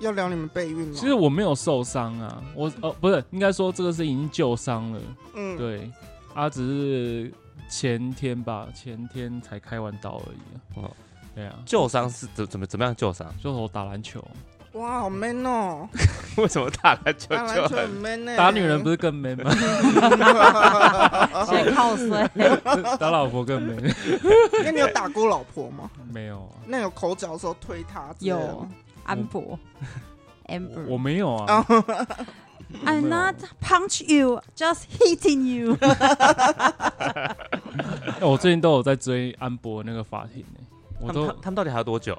要聊你们备孕吗？其实我没有受伤啊，我呃不是，应该说这个是已经旧伤了，嗯，对，啊只是前天吧，前天才开完刀而已、啊。哦对啊，旧伤是怎怎么怎么样旧伤？ 就我打篮球，哇，好 man 哦，为什么打篮球打篮就球很很？ man 欸呢，打女人不是更 man 吗？哦谁靠啊谁？打老婆更 man？那你有打过老婆吗？没有啊，那有口角的时候推她之类的有吗？安博我，Amber。我没有啊， I'm not punch you, just hitting you 哎我最近都有在追安博那个法庭呢、我他们都他他们到底还有多久？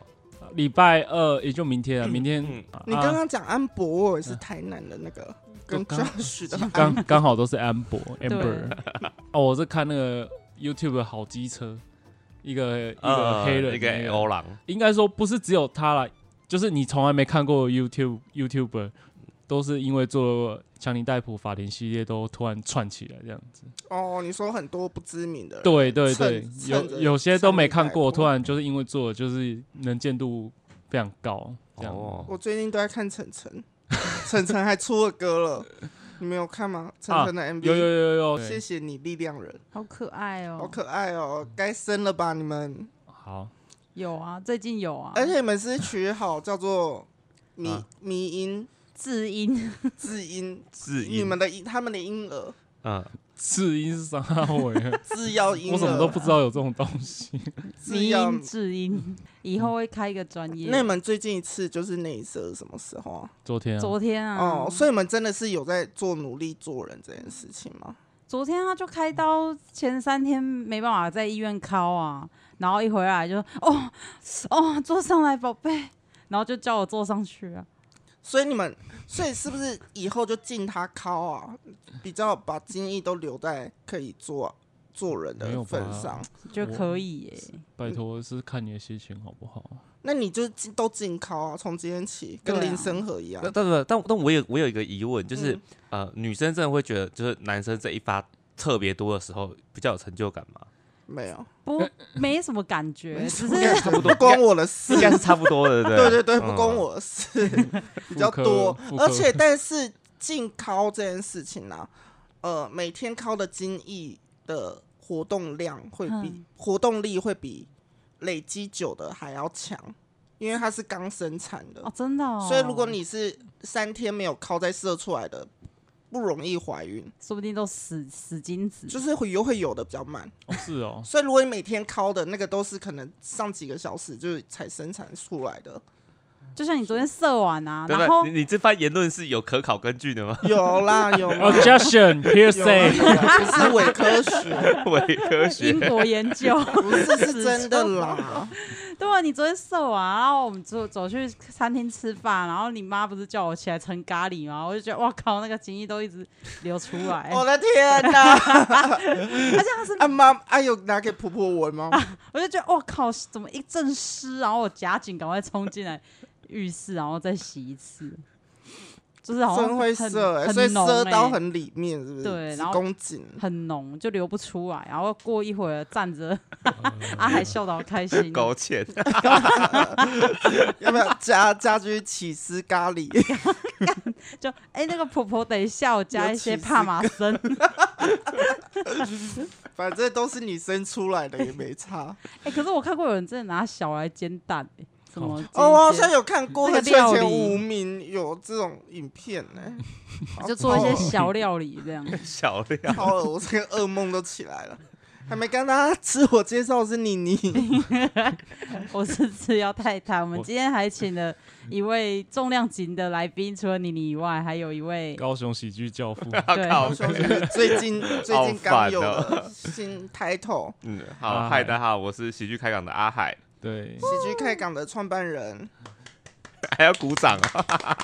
礼拜二也就明天啊，明天嗯啊你刚刚讲安博，我也是台南的那个跟刚 Josh 的啊嗯刚 安刚好都是安博对 Amber。哦，我是看那个 YouTube 的好机车，一个一个黑人呃一那个哦欧郎，应该说不是只有他啦，就是你从来没看过 YouTube YouTuber，都是因为做强尼戴普法庭系列都突然串起来这样子。哦，你说很多不知名的人，对对趁对，趁呃着有有些都没看强尼戴过，普突然就是因为做了，就是能见度非常高。这样，哦，我最近都在看晨晨，晨晨还出了歌了，你们有看吗？晨晨的 MV，、啊有有有有，谢对谢你力量人，好可爱好哦！可爱哦，该生了吧你们，好，有啊，最近有啊，而且你们是取好叫做迷、啊迷音字音字音，自你印们的婴他们的婴儿嗯，次音是啥我呀制药婴儿，我怎么都不知道有这种东西。制迷药。音字音，以后会开一个专业那。你们最近一次就是那一次是什么时候啊？昨天啊，昨天啊哦，，所以你们真的是有在做努力做人这件事情吗？昨天他就开刀前三天没办法在医院敲啊，然后一回来就哦哦坐上来宝贝，然后就叫我坐上去啊。所以你们，所以是不是以后就进他靠啊，比较把精力都留在可以做做人没的有吧份上？就可以耶、拜托是看你的心情好不好。啊那你就进都进靠啊，从今天起跟对啊林森和一样但，但但但我有我有一个疑问，就是嗯呃，女生真的会觉得就是男生这一发特别多的时候比较有成就感 吗？没有，不没什么感觉，只是差不多，不关我的事应。该是差不多的，对对嗯不 对对嗯对，不关。我的事，比较科多妇，科而且但是进靠这件事情呢、呃，每天靠的精益的活动量会比、嗯活动力会比累积久的还要强，因为它是刚生产的。哦，真的、哦。所以如果你是三天没有靠再射出来的，不容易怀孕，说不定都死死精子，就是会有会有的比较慢。哦是 哦，所以如果你每天靠的那个都是可能上几个小时就是才生产出来的，就像你昨天射完啊，对然对，后你你这番言论是有可考根据 的吗？有啦有啦。 Objection 有啦 hearsay，有啦不哦是伪科学，伪科学英，国研究， 不是是真的啦。对啊，你昨天射完，然后我们走走去餐厅吃饭，然后你妈不是叫我起来盛咖喱吗？我就觉得哇靠，那个精液都一直流出来，我的天哪！而且它是哎 啊妈，哎有拿给婆婆闻吗？我就觉得哇靠，怎么一阵湿？然后我夹紧，赶快冲进来浴室，然后再洗一次，就是 好像真会很射欸，很所以浓射到欸很里面，是不是？对子然后宫颈。很浓，就流不出来。然后过一会儿站着， 啊还笑得好开心，勾 芡， 要不要加加句起司咖喱？ 就哎、那个婆婆等一下，我加有一些起司帕玛森。反正都是你生出来的，也没 差。哎、可是我看过有人真的拿小来煎蛋、欸，什么煎一煎？哦，我好像有看过那个很睡前料理无名有这种影片呢、 就做一些小料理这样。小料，哦好恶，我这个噩梦都起来了。还没跟大家自我介绍，我是妮 妮，我是吃药太太，我们今天还请了一位重量级的来宾，除了妮妮以外，还有一位高雄喜剧教父。对啊靠我是最近最近刚有的新 title，嗯，好，嗨，大家好，我是喜剧开港的阿海，对，喜剧开港的创办人。还要鼓掌啊。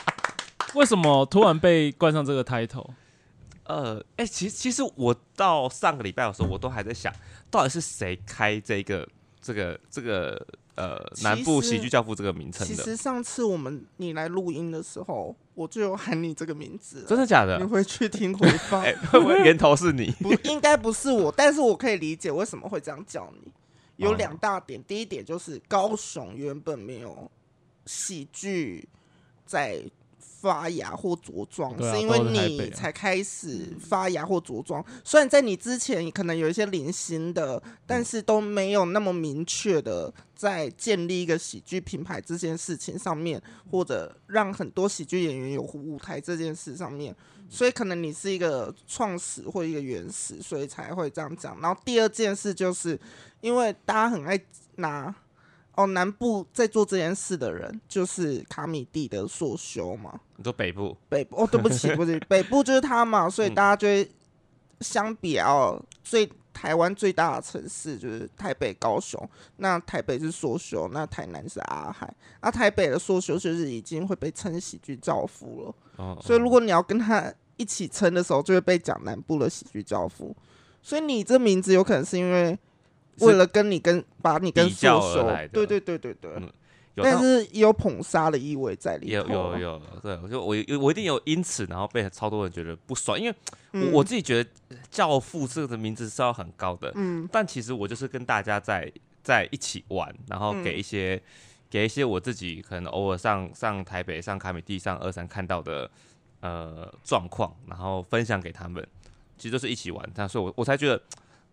为什么突然被冠上这个 title？呃，哎，其实其实我到上个礼拜的时候，我都还在想，到底是谁开这个这个这个呃其实南部喜剧教父这个名称其的？实上次我们你来录音的时候，我就有喊你这个名字了，真的假你的？回去听回放。 哎， 会不会源头是你？ 不应该不是我，但是我可以理解为什么会这样叫你。有哦两大点，第一点就是高雄原本没有喜剧在发芽或茁壮，对啊是因为都在台北你啊嗯才开始发芽或茁壮。虽然在你之前可能有一些零星的，嗯但是都没有那么明确的在建立一个喜剧品牌这件事情上面，或者让很多喜剧演员有舞台这件事上面。嗯所以可能你是一个创始或一个原始，所以才会这样讲。然后第二件事就是，因为大家很爱拿哦，南部在做这件事的人就是卡米蒂的硕修嘛，你说北部，北部哦，对不起， 对不起，北部就是他嘛，嗯所以大家就会相比哦，最台湾最大的城市就是台北、高雄，那台北是硕修，那台南是阿海，那台北的硕修就是已经会被称喜剧教父了。哦，所以如果你要跟他一起称的时候，就会被讲南部的喜剧教父。所以你这名字有可能是因为是为了跟你跟把你跟比较硕而修来的，对对对对对，嗯有但到是也有捧杀的意味在里有头。啊有有，对，我就我有我一定有因此，然后被超多人觉得不爽，因为我、嗯我自己觉得“教父”这个名字是要很高的，嗯但其实我就是跟大家在在一起玩，然后嗯给一些、给一些我自己可能偶尔上上台北、上卡米蒂、上二三看到的呃状况，然后分享给他们，其实就是一起玩。但所以我我才觉得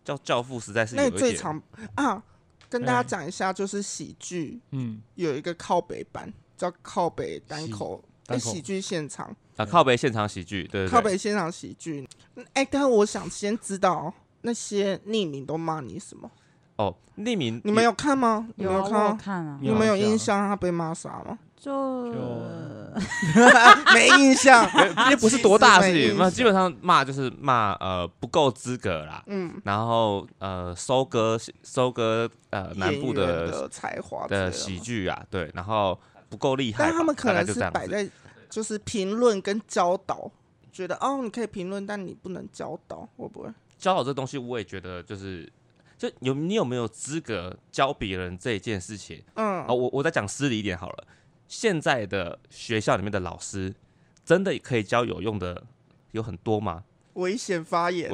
叫教父实在是有那一你最点，常啊，跟大家嗯讲一下，就是喜剧嗯，有一个靠北版叫靠北单口。单哎口喜剧现场，啊靠北现场喜剧，对对对，靠北现场喜剧。嗯哎、但是我想先知道那些匿名都骂你什么？哦，匿名你们有看吗？你有们啊，有我看有吗？看啊，你们有印象他被骂啥吗？ 呃就就没印 象。也不是多大的事其实情，没那意思基本上骂就是骂呃不够资格啦，嗯，然后呃收割收割呃南部演员的的才华之类的的喜嘛，剧啊，对，然后不够厉害吧，但他们可大概能就是这样摆子。在就是评论跟教导，觉得哦你可以评论，但你不能教导，会不会？教导这东西，我也觉得就是。就有你有没有资格教别人这一件事情嗯啊？，我我再讲私理一点好了。现在的学校里面的老师，真的可以教有用的有很多 吗？危险发言，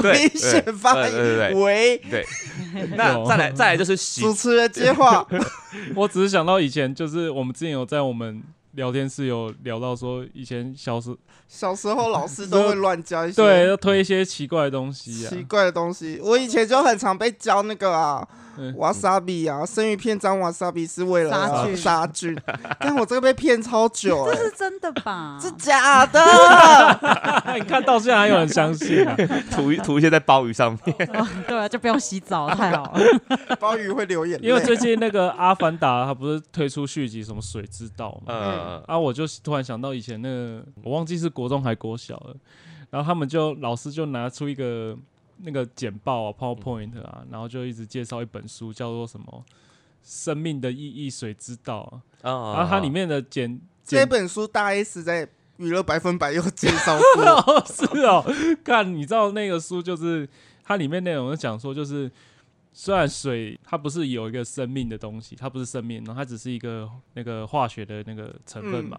对危险发对对对言，喂，对，那再来再来就是喜主持人接 话，我只是想到以前，就是我们之前有在我们聊天室有聊到说，以前小时小时候老师都会乱教一些对要推一些奇怪的东西啊，奇怪的东西。我以前就很常被教那个啊嗯，wasabi 啊，生鱼片沾 wasabi 是为了杀要菌杀菌， 但我这个被骗超久这哎，是真的 吧？是假的， 哎你看到现在还有人相信啊？涂一涂一些在鲍鱼上面。对啊，就不用洗澡，太好了。 鲍鱼会流眼泪。因为最近那个《阿凡达》它不是推出续集什么《水之道》嘛，嗯呃，啊，我就突然想到以前那个，我忘记是国中还国小了，然后他们就老师就拿出一个那个简报啊，PowerPoint 啊，然后就一直介绍一本书，叫做什么《生命的意义水之道》啊，然啊后它里面的简这简本书大 S 在娱乐百分百又介绍过， 哦，是哦，看你知道那个书就是它里面内容就讲说，就是虽然水它不是有一个生命的东西，它不是生命，然后它只是一个那个化学的那个成分嘛。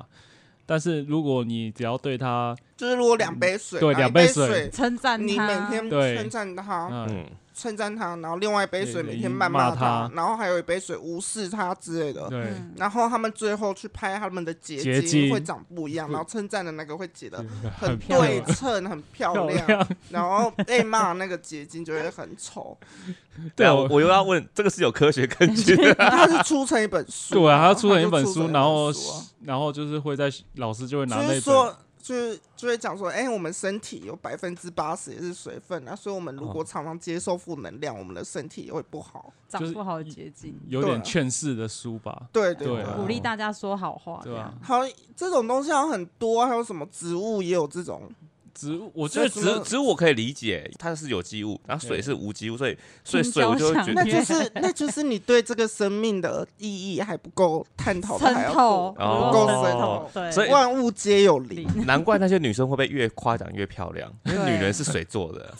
但是如果你只要对它，就是如果两杯水，对然后一两杯水水，称赞你他每天对称赞他，嗯，嗯，称赞他，然后另外一杯水对每天谩骂骂他然后还有一杯水无视他之类 的。对，嗯然后他们最后去拍他们的结结晶会长不一样，然后称赞的那个会结得 很很漂对亮称，很漂漂亮，然后被骂那个结晶就会很丑。 对对啊，我我又要问，这个是有科学根据的。他是出成一本书啊，对啊，它他出了一本就出书，成然后本书啊然后就是会在老师就会拿就那是本说，就是就会讲说，哎、我们身体有百分之八十也是水分啊，所以我们如哦果常常接受负能量，我们的身体也会不好。长就是不好的结晶，有对点啊劝世的书吧，对对对对。啊鼓励大家说好话，对这吧样？好，这种东西好像很多啊，还有什么植物也有这种，植物，我觉就得所是以什植么植物我可以理解，它是有机物，然后水对是无机物，所以所以青水我就会椒觉那香得就是那就是你对这个生命的意义还不够探讨的还参要透多，还要不多够哦深哦透。对，所以万物皆有灵，灵难怪那些女生会被越夸奖越漂亮，因为对女人是水做的。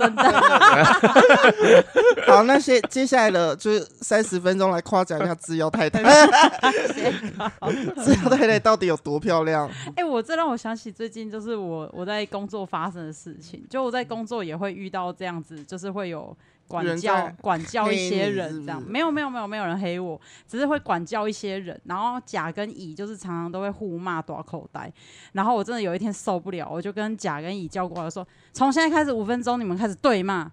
好，那些接下来的就是三十分钟来夸奖一下制药 太太，制药太太到底有多漂亮？ 哎、我这让我想起最近就是我我在工作发发生的事情。就我在工作也会遇到这样子，就是会有管人教在管教一些黑你是人不这样是。没有没有没有没有人黑我，只是会管教一些人。然后甲跟乙就是常常都会互骂短口袋。然后我真的有一天受不了，我就跟甲跟乙叫过来说，从现在开始五分钟你们开始对骂。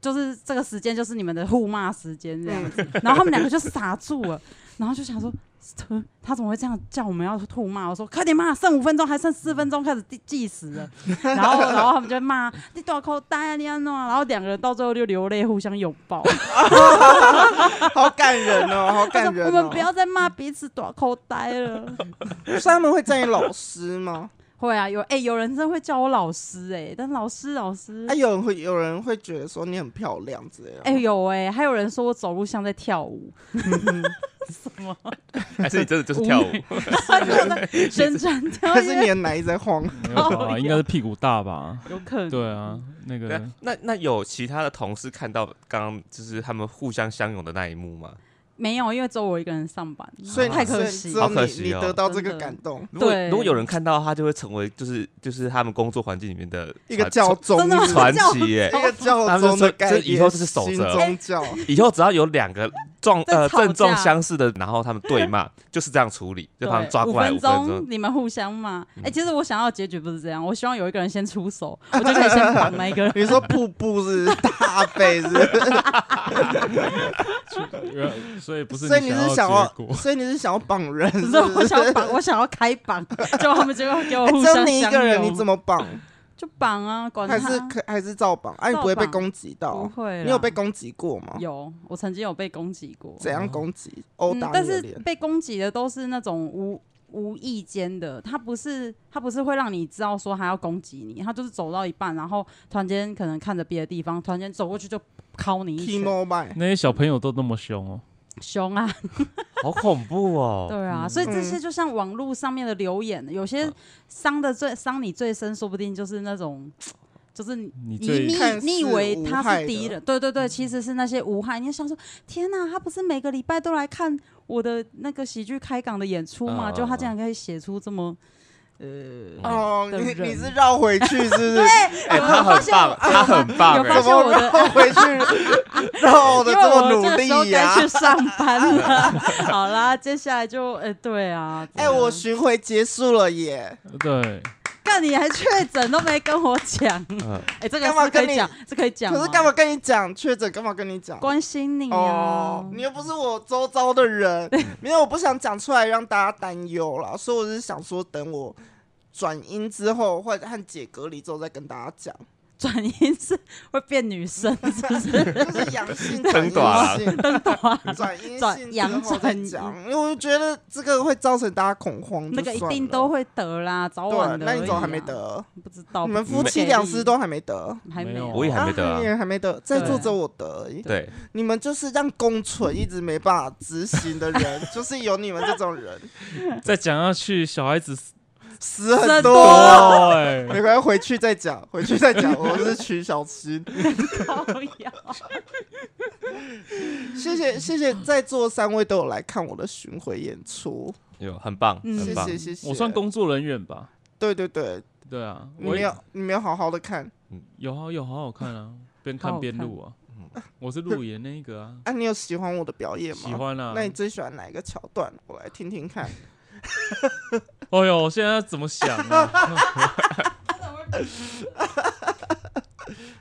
就是这个时间，就是你们的互骂时间这样子，然后他们两个就傻住了，然后就想说，他他怎么会这样叫我们要吐骂？我说快点骂，剩五分钟，还剩四分钟，开始计计时了。然后然后他们就骂你多口袋啊，你要弄啊。然后两个人到最后就流泪，互相拥抱。 好感人 哦，好他说感人、哦。我们不要再骂彼此多口袋了。 所以他们会叫你老师吗？会啊，有哎、有人真的会叫我老师哎、但老师老师啊，有人会有人会觉得说你很漂亮之类的。嗯哎、有哎、还有人说我走路像在跳舞，什么？还是你真的就是跳舞舞？他就在旋转 跳可是你跃，的奶一直在晃， 没有靠吧？腰应该是屁股 大吧？有可能对啊，那对个啊那那有其他的同事看到刚刚就是他们互相相拥的那一幕吗？没有，因为只有我一个人上班，所以嗯太可惜所以好只有可你惜你哦得到这个真的感动，如果对如果有人看到，他就会成为就是就是他们工作环境里面的一个传教宗，真的吗传奇耶、一个教他们宗就说的概这念，以后这是守新则宗教。以后只要有两个撞呃在吵架症状相似的，然后他们对骂，就是这样处理，就把他们抓对过来五五分分钟钟，。嗯你们互相骂。哎、其实我想要的结局不是这样，我希望有一个人先 出手，我就可以先绑那一个人。你说瀑布是不是大背是不 是，原所以不是所以你是想要要结果， 所以你是想要绑 人，只是是不我是？想要绑，我想要开绑，结果他们结果给我哎互只相有你一个人，相你拥怎么绑？就绑啊？管他，还是可还是照绑？哎，你不会照被绑攻击不到？会啦。你有被攻击过吗？有？我曾经有被攻击过，怎样攻击？殴嗯打，但你的是脸？被攻击的都是那种无无意间的，他不是他不是会让你知道说他要攻击你，他就是走到一半，然后突然间可能看着别的地方，突然间走过去就敲你一 T 拳， Mobile 那些小朋友都那么凶哦。凶啊！好恐怖 哦！对嗯啊，所以这些就像网络上面的留言，有些伤的最伤你最深，说不定就是那种，就是你你你最你看似你以为他无害是的嗯敌人，对对对，其实是那些无害。你就想说，天哪、他不是每个礼拜都来看我的那个喜剧开港的演出吗？嗯就他嗯竟然可以写出这么。嗯哦，的你你人是绕回去是不 是？哎，啊他很棒，他啊很棒有哎发怎现么我的绕回 去？绕的因这为么我这努个时候力呀该、去上班了。 好啦，接下来就，呃，对啊，哎、对啊我巡回结束了耶！对，干你还确诊都没跟我讲，嗯哎，这个干嘛是可跟以你讲，这可以讲吗，可是干嘛跟你讲确诊？干嘛跟你讲？关心你啊哦，？你又不是我周遭的人，没有，我不想讲出来让大家担忧啦，所以我是想说，等我转阴之后，或者和解隔离之后再跟大家讲，转音是会变女生，是不是？ 就是阳 性转灯阴短啊性。真的吗？ 转阴转性阳之后再转阴讲，因为我就觉得这个会造成大家恐慌，那个一就算定了都会得啦，早对啊晚。的。啊那你怎么还没？得？不知道。你们夫不妻给两力次都还没得，还没有，没有 我也还没得啊啊你。也还没得，在对座只有我得而已。对，你们就是让公存一直没办法执行的人， 就是有你们这种人，再讲下去，小孩子死死很真多。哦哎，没关系，回去再 讲，回去再讲。我是曲小七，靠腰谢谢谢谢在座三位都有来看我的巡回演出，有很棒，嗯谢很棒谢。谢谢。我算，工作人员吧？对对对，对啊，你我没也有你没有好好的看有好有好好看啊，边好看好边看录啊。嗯我是路演那一个啊，啊？你有喜欢我的表演吗？喜。欢啊。那你最喜欢哪一个桥段？我来听听看。哎呦，我现在要怎么想啊？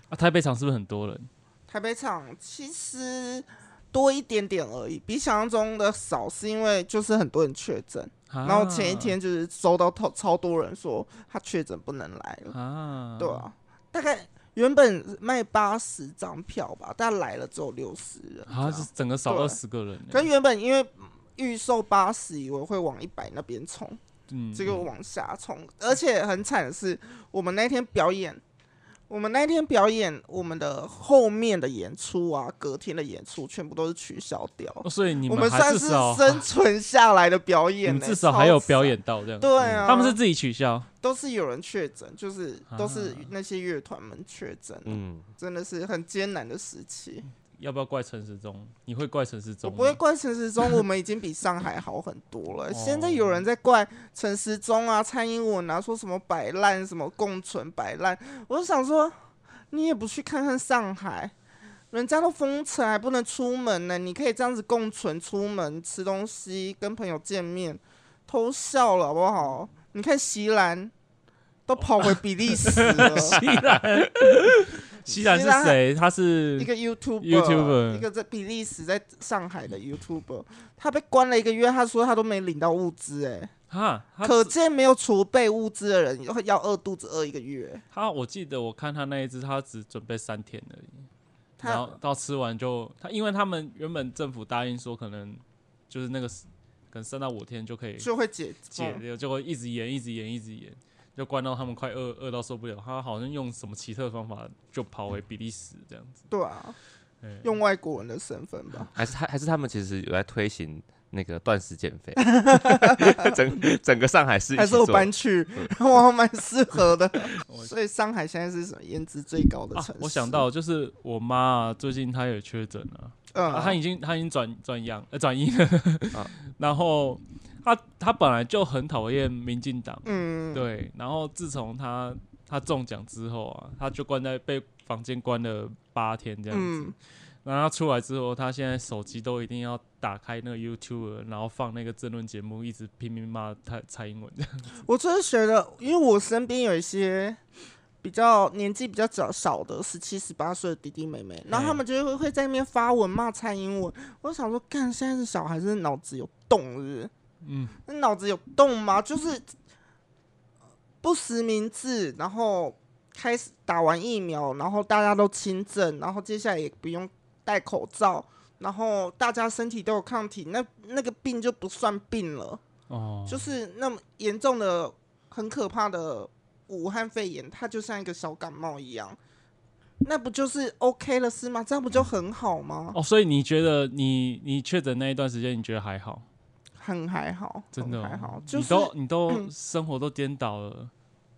啊，台北场是不是很多人？台北场其实多一点点而已，比想象中的少，是因为就是很多人确诊。然然后前一天就是收到超超多人说他确诊不能来了，啊，对啊，大概原本卖八十张票吧，但来了只有六十人这啊，样，是整个少对二十个人欸。可是原本因为预售八十，以为会往一百那边冲，嗯，结果往下冲，而且很惨的是，我们那天表演。我们那天表演，我们的后面的演出啊，隔天的演出全部都是取消掉。哦所以你我们还算至是少，生存下来的表你演、们呢，至少还有超表惨演到这样。对啊，他们是自己取消，都是有人确诊，就是啊都是那些乐团们确诊，嗯，真的是很艰难的时期。要不要怪陈时中？你会怪陈时我中吗？不会怪陈时中，我们已经比上海好很多 了。哦现在有人在怪陈时中啊、蔡英文啊，说什么摆烂、什么共存摆烂，我就想说，你也不去看看上海，人家都封城还不能出门呢，你可以这样子共存，出门吃东西、跟朋友见面，偷笑了好不好？你看席兰都跑回比利时 了，西兰，西兰西兰是谁？他是一个 YouTuber，, YouTuber 一个在比利时在上海的 YouTuber，他被关了一个月，他说他都没领到物资、欸，哈，他可见没有储备物资的人要要饿肚子饿一个月。他，我记得我看他那一只，他只准备三天而已，然他后到吃完就他，因为他们原本政府答应说可能就是那个可能三到五天就可以就会解嗯解封，就会一直延，一直延，一直延，就关到他们快饿饿到受不了。他好像用什么奇特方法就跑回比利时这样子，对啊，嗯用外国人的身份吧。还是他还是他们其实有在推行那个断食减 肥，整整个上海市一起还是我做搬去， 我还蛮适合的。嗯 我所以上海现在是什么颜值最高的啊城市？我想，到就是我妈、啊、最近她也确诊了、嗯，啊，他已经他已经转转阳呃转阴了，啊 然后他他本来就很讨厌民进党，嗯，对，然后自从他他中奖之后啊，他就关在被房间关了八天这样子嗯，，然后他出来之后，他现在手机都一定要打开那个 YouTube，然后放那个争论节目，一直拼命骂蔡蔡英文， 我真的觉得，因为我身边有一些比较年纪比较小小的十七、十八岁的弟弟妹妹，然后他们就会会在那边发文骂蔡英文。我想说，干，现在是小孩子脑子有洞是不是？嗯，那脑子有洞吗？就是不实名制，然后开始打完疫苗，然后大家都轻症，然后接下来也不用戴口罩，然后大家身体都有抗体，那那个病就不算病了。哦，就是那么严重的、很可怕的武汉肺炎，它就像一个小感冒一样，那不就是 OK 了是吗？这样不就很好吗？哦，所以你觉得你你确诊那一段时间，你觉得还好？很还好，真的哦、很还好，就是嗯你都你都生活都颠倒了，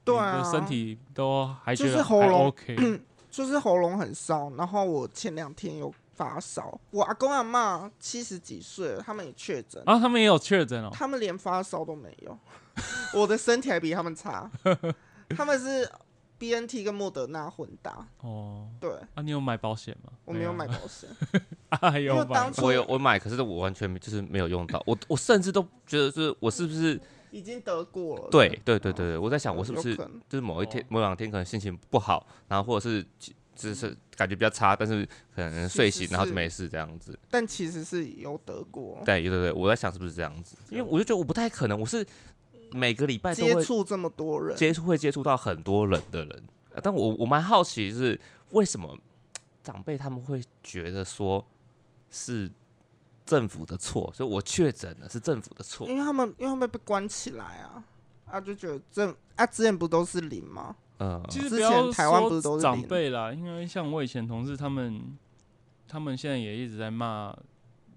对你的啊身体都还觉就是得喉还咙嗯 OK，就是喉咙很烧，然后我前两天有发烧，我阿公阿妈七十几岁了，他们也确诊，然后啊他们也有确诊哦，他们连发烧都没有， 我的身体还比他们差，他们是 BNT 跟莫德纳混搭，哦，对啊，你有买保险吗？ 我没有买保险，啊，还有因为买当初我有我买，可是我完全没就是没有用到，我我甚至都觉得就是我是不是已经得过了，对对对对对，我在想我是不是有可能就是某一天哦某两天可能心情不好，然后或者是就是感觉比较差，但是可能睡其醒实然后是就没事这样子。但其实是有德国对对对，我在想是不是这样子，因为我就觉得我不太可能，我是每个礼拜都接会触这么多人，接触会接触到很多人的人，呃但我我蛮好奇就是为什么长辈他们会觉得说是政府的错，所以我确诊了是政府的错。因为他们因为他们被关起来啊，啊就觉得这啊之前不都是零吗？嗯，其实之不要前台湾不是都说是长零辈啦，因为像我以前同事他们，他们现在也一直在骂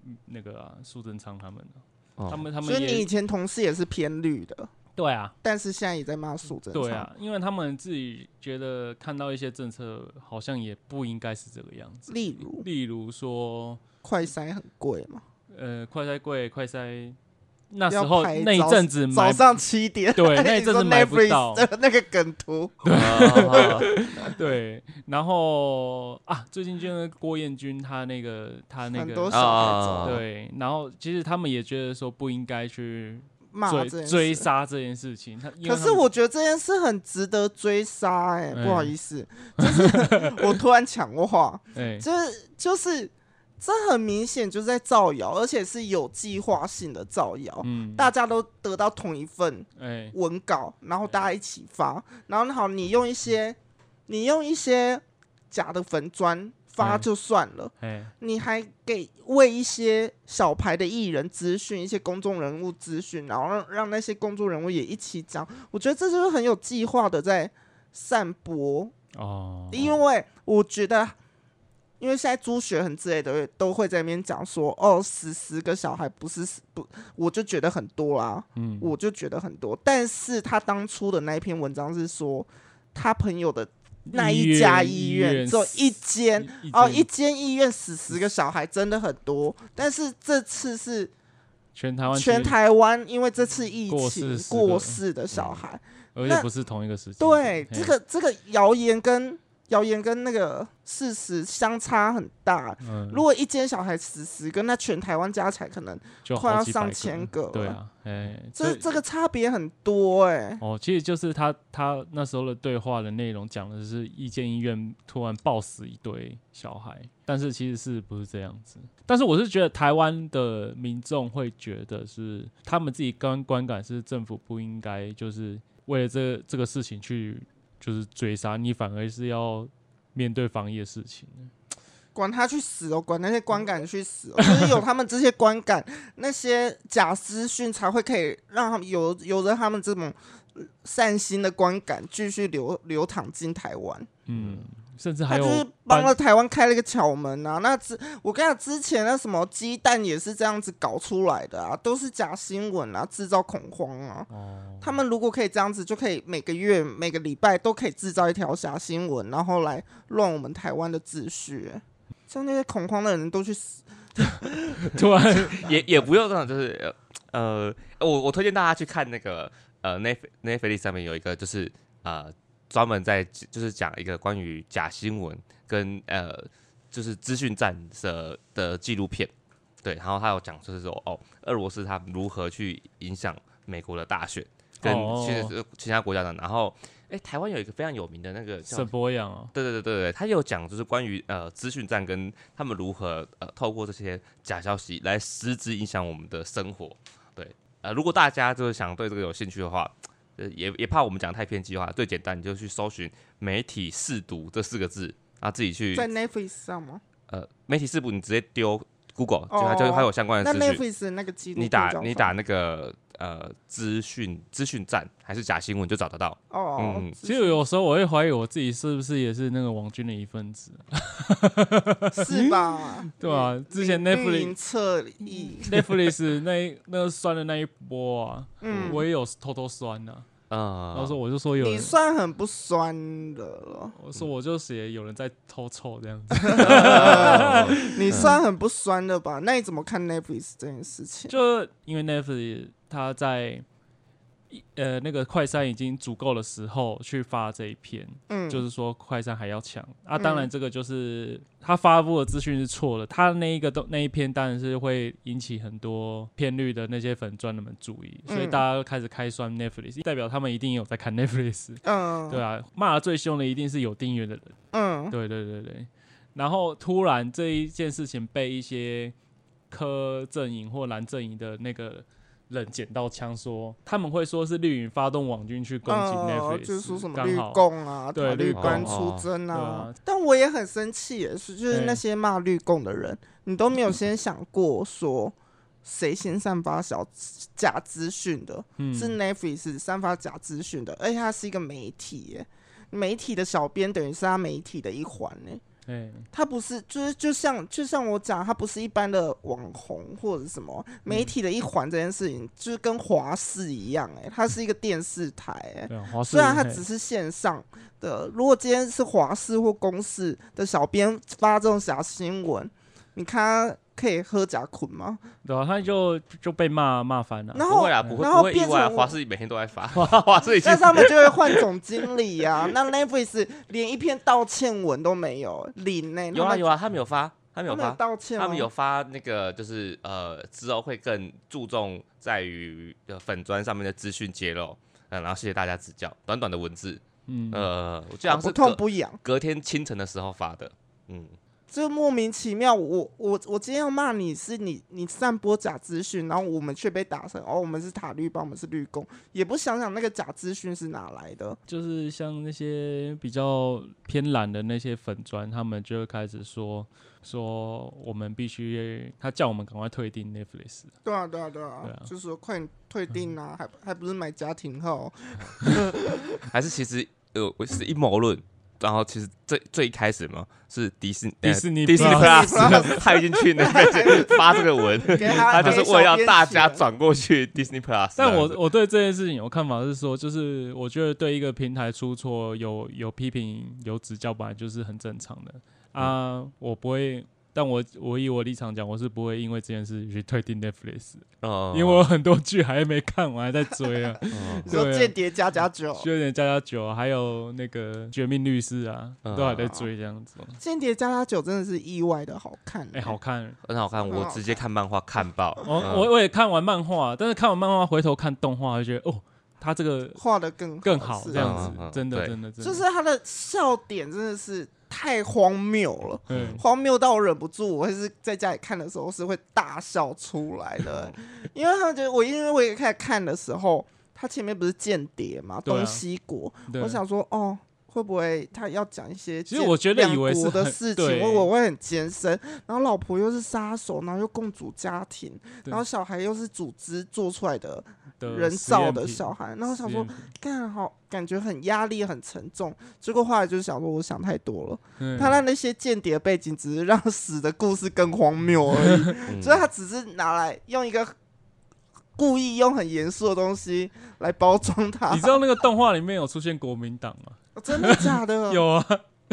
嗯那个啊苏贞昌他们啊，哦 他们他所们以你以也前同事也是偏绿的，对啊，但是现在也在骂苏贞昌。对啊，因为他们自己觉得看到一些政策好像也不应该是这个样子，例如例如说快筛很贵嘛，呃，快筛柜、快筛，那时要候排那一早阵子早买，上七点。对，那一阵子买不 Netflix 到，的那个梗图，啊对。然后啊，最近就是郭彦军他那个他那很多个小孩走啊对，然后其实他们也觉得说不应该去骂这件追事追杀这件事情，他因为可他是们我觉得这件事很值得追杀，哎，哎不好意思，就是 我突然抢话，哎就是就是，这很明显就是在造谣，而且是有计划性的造谣。嗯大家都得到同一份哎文稿，然后嗯大家一起发，然后好，你用一些你用一些假的粉砖发嗯就算了，哎你还给为一些小牌的艺人资讯，一些公众人物资讯，然后让让那些公众人物也一起讲，我觉得这就是很有计划的在散播哦，因为我觉得，因为现在朱学恒之类的都会在那边讲说，哦，十十个小孩不是十不，我就觉得很多啦，嗯我就觉得很多。但是他当初的那一篇文章是说，他朋友的那医一家院医医院院只有一间哦，一间间医院死十个小孩真的很多，但是这次是全台湾全其实，台湾因为这次疫过情世10个过世的小孩，而那且不是同一个时期。对嘿这个这个谣言跟谣言跟那个事实相差很大。嗯如果一间小孩死十个，那全台湾加起来可能就快好要几上百千个对了啊，哎，这所以这个差别很多哎、哦，其实就是他他那时候的对话的内容讲的是一间医院突然暴死一堆小孩，但是其实是不是这样子？但是我是觉得台湾的民众会觉得是他们自己观观感是政府不应该就是为了这这个事情去就是追杀你，反而是要面对防疫的事情。嗯管他去死哦，管那些观感去 死哦，就是有他们这些观感，那些假资讯才会可以让他们有有着他们这种呃善心的观感继续流流淌进台湾。嗯，甚至他还有就是帮搬了台湾开了一个巧门啊！那之我跟你讲，之前那什么鸡蛋也是这样子搞出来的啊，都是假新闻啊，制造恐慌啊。哦，他们如果可以这样子，就可以每个月、每个礼拜都可以制造一条假新闻，然后来乱我们台湾的秩序。像那些恐慌的人都去死， 突然也也不用这种，就是呃，呃我我推荐大家去看那个呃 n e t n e t f l i 上面有一个就是呃专门在就是讲一个关于假新闻跟呃就是资讯战的的纪录片，对，然后他有讲就是说哦，俄罗斯他如何去影响美国的大选 跟哦其实呃其他国家的，然后哎、台湾有一个非常有名的那个叫沈博阳哦，对对对对对，他有讲就是关于呃资讯战跟他们如何呃透过这些假消息来实质影响我们的生活。对，呃，如果大家就是想对这个有兴趣的话，呃，也也怕我们讲太偏激的话，最简单你就去搜寻“媒体试读”这四个字，然后自己去在 Netflix 上吗？呃媒体试读，你直接丢 Google，哦就它就它有相关那的资讯。 Netflix 那个记录你片打叫什么你打那个呃资讯资讯站还是假新闻就找得到。哦，嗯资其讯 实有时候我会怀疑我自己是不是也是那个王军的一份子，是吧？对啊，嗯之前绿绿 Netflix 营侧翼， Netflix 那一那个酸的那一波啊，嗯，啊我也有偷偷酸呐、嗯，然后说我就说有你人，算很不酸的了，我说我就写有人在偷臭这样子， 你算很不酸的吧？那你怎么看 Netflix 这件事情？就因为 Netflix 他在一呃那个快餐已经足够的时候去发这一篇，嗯，就是说快餐还要强啊。嗯当然这个就是他发布的资讯是错的，他那一个都那一篇当然是会引起很多偏绿的那些粉砖的们注意，所以嗯大家开始开酸 Netflix，代表他们一定有在看 Netflix。嗯， 对啊，骂的最凶的一定是有订阅的人。嗯，对对对对。然后突然这一件事情被一些柯阵营或蓝阵营的那个人捡到枪，说他们会说是绿营发动网军去攻击哦 Netflix，、就是说什么刚绿好共啊，对塔绿绿官共出哦征对啊啊，但我也很生气耶，是就是对那些骂绿共的人，你都没有先想过说谁先散发小假资讯的，嗯是 Netflix 散发假资讯的，而且它是一个媒体耶，媒体的小编等于是他媒体的一环呢。哎他不是，就是就像就像我讲，他不是一般的网红或者什么嗯媒体的一环这件事情，就是跟华视一样、欸，它是一个电视台、欸，对啊，哦华视虽然它嘿只是线上的，如果今天是华视或公视的小编发这种假新闻，你看他可以喝假捆吗？对啊，他就就被骂骂翻了。然不后会啦，不会然后不会意变外啊，成华视每天都在发， 华视已经但是他们就会换总经理 啊，那 Netflix 连一篇道歉文都没有，零呢、欸？有他啊们有啊，他们有发，他他们有们有发，道歉吗？他们有发那个就是呃之后会更注重在于呃粉砖上面的资讯揭露，嗯、然后谢谢大家指教，短短的文字，嗯，呃，我记得好像啊不是痛隔不痒。隔天清晨的时候发的，嗯，就莫名其妙，我我我今天要骂你是你你散播假资讯，然后我们却被打成哦，我们是塔绿帮，我们是绿工，也不想想那个假资讯是哪来的。就是像那些比较偏蓝的那些粉砖，他们就会开始说说我们必须，他叫我们赶快退订 Netflix。对啊，对啊，对啊，对啊嗯就是说快点退订啊， 还还不是买家庭号？还是其实呃我是阴谋论，然后其实最最一开始嘛是迪士尼呃迪士尼迪士尼 Plus Plus，他已经去那边去发这个文，给他他就是为了让大家给手边写转过去 Disney Plus 这样子。但我我对这件事情有看法是说，就是我觉得对一个平台出错有有批评有指教，本来就是很正常的啊、我不会，但我我以我立场讲，我是不会因为这件事去退订 Netflix，、嗯，因为我有很多剧还没看，我还在追啊，嗯说对啊间谍加加哦酒，就有点加加酒啊，还有那个绝命律师啊，嗯都还在追这样子。间谍加加酒真的是意外的好看、哎、好看！很好看，很好我直接看漫画看爆。我嗯哦我我也看完漫画，但是看完漫画回头看动画，就觉得哦，他这个画的更更好是这样子嗯嗯，嗯真的对真的真的就是他的笑点真的是太荒谬了。对嗯荒谬到我忍不住，我是在家里看的时候是会大笑出来哦的， 因为他们觉得我因为我一开始看的时候，他前面不是间谍嘛，对啊东西国，对我想说哦。会不会他要讲一些其实我觉得两以为是国的很事情，对我我会很艰深。然后老婆又是杀手，然后又共主家庭，对然后小孩又是组织做出来的的人实造验的品小孩，然后我想实说验，品干好感觉很压力很沉重。结果后来就是想说，我想太多了。嗯他让那些间谍背景只是让死的故事更荒谬而 已，嗯所以他只是拿来用一个故意用很严肃的东西来包装它。你知道那个动画里面有出现国民党吗？ 真的假的？ 有啊，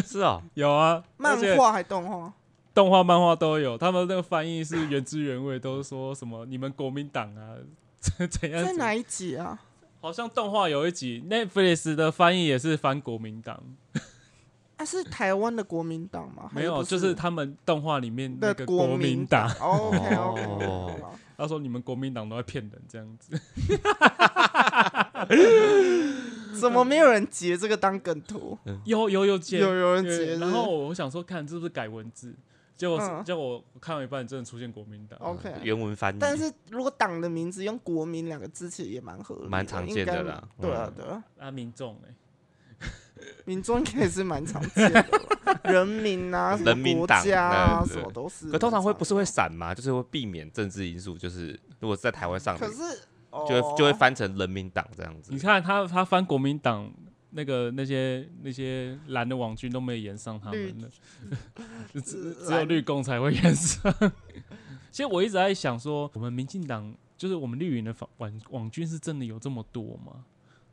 是哦，有啊，嗯漫而且画还动画？动画、漫画都有。他们那个翻译是原汁原味，都是说什么你们国民党啊， 怎怎样在怎哪样？一集啊？好像动画有一集 Netflix 的翻译也是翻国民党，啊，是台湾的国民党吗？没有，还就是他们动画里面那的个国国民民党，。 OK 哦 OK。他说你们国民党都在骗人这样 子。怎么没有人截这个当梗图？有有有解，有有人对解是然后我想说，看这是不是改文字？结果是嗯哦结果我看到一半，真的出现国民党。 OK。原文翻译，但是如果党的名字用“国民”两个字，其实也蛮合理的，蛮常应见的该啦对啊嗯，对啊。啊，民众哎、民众应该也是蛮常见的 吧，人民啊，什么人民国党家啊，对对什么都是。可通常会不是会，闪吗？就是会避免政治因素，就是如果是在台湾上映，可是哦就会就会反翻成人民党这样子你。看他他翻国民党那个那些那些蓝的网军都没有演上他们的，只只只有绿共才会演上。其实我一直在想说，我们民进党就是我们绿营的反网网军是真的有这么多吗？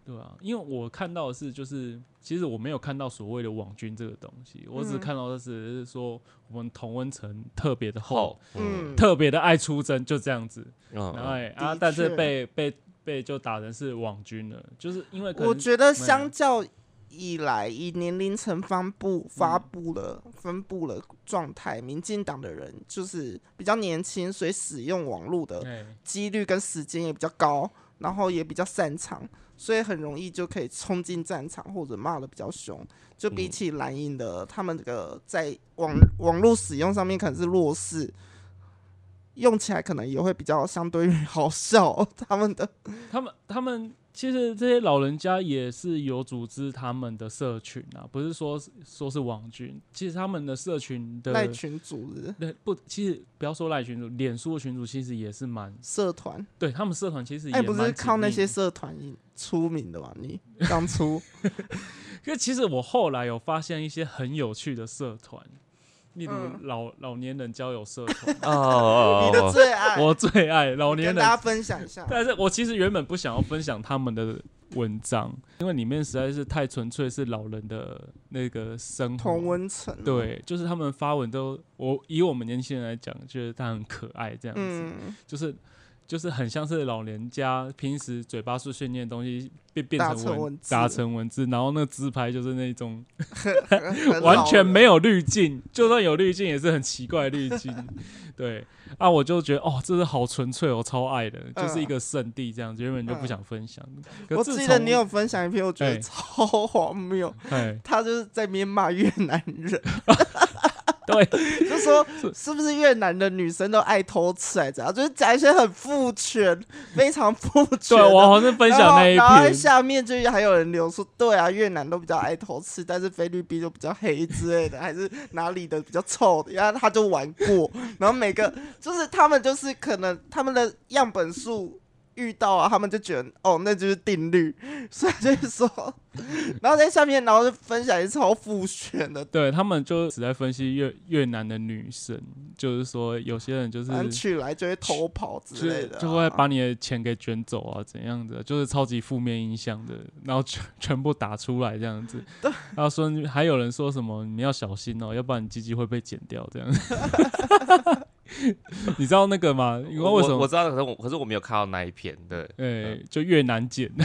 对啊，因为我看到的是，就是其实我没有看到所谓的网军这个东西，我只嗯看到的是说我们同温层特别的厚后，，嗯嗯，特别的爱出征，就这样子。然后嗯，，哦哎、啊，的但是确被被被就打成是网军了，就是因为可我能觉得相较以来，以年龄层分布发布了分布了状态，民进党的人就是比较年轻，所以使用网络的哎几率跟时间也比较高，然后也比较擅长，所以很容易就可以冲进战场或者骂的比较凶。就嗯比起蓝营的，他们这个在网呃网络使用上面可能是弱势，用起来可能也会比较相对于好笑。他们的他们他们其实这些老人家也是有组织他们的社群啊，不是说是说是网军，其实他们的社群的赖群组织对不，其实不要说赖群主，脸书的群主其实也是蛮社团，对他们社团其实也哎，不是蛮靠紧 那密些的社团出名的吧？你当初因为其实我后来有发现一些很有趣的社团，例如嗯老、老年人交 友社团哦哦你哦的最爱， 我最爱老年跟人大家分享一 下。但是我其实原本不想要分享他们的文章，因为里面实在是太纯粹是老人的那个生活。同温层，，对，就是他们发文都，我以我们年轻人来讲，觉得他很可爱这样子，嗯， 就是就是很像是老人家平时嘴巴碎碎念的东西变变打成成文文字打成文字，然后那自拍就是那种很完老全了没有滤镜，就算有滤镜也是很奇怪的滤镜。 对啊，我就觉得哦，这是好纯粹，我超爱的，就是一个圣地这样子，原本就不想分享。可嗯我自记从得你有分享一篇，我觉得哎超荒谬。哎，他就是在那边骂越南人， 对，就说是不是越南的女生都爱偷吃还是怎样，就是讲一些很父权、非常父权对的。我好像分享那一然后然后篇，下面就还有人留说，对啊，越南都比较爱偷吃，但是菲律宾就比较黑之类的，还是哪里的比较臭的，然后他就玩过，然后每个就是他们就是可能他们的样本数遇到啊，他们就觉得哦，那就是定律，所以就是说，然后在下面，然后就分享一超复选的，对他们就只在分析越越南的女生，就是说有些人就是反正去来就会偷跑之类就的啊、就会把你的钱给卷走啊，怎样的，就是超级负面影响的，然后全全部打出来这样子。然后说还有人说什么你要小心哦，要不然你鸡鸡会被剪掉这样 子。你知道那个吗？因为我为什我么我？知道，可是我可是我没有看到那一篇，对，嗯对，就越难剪。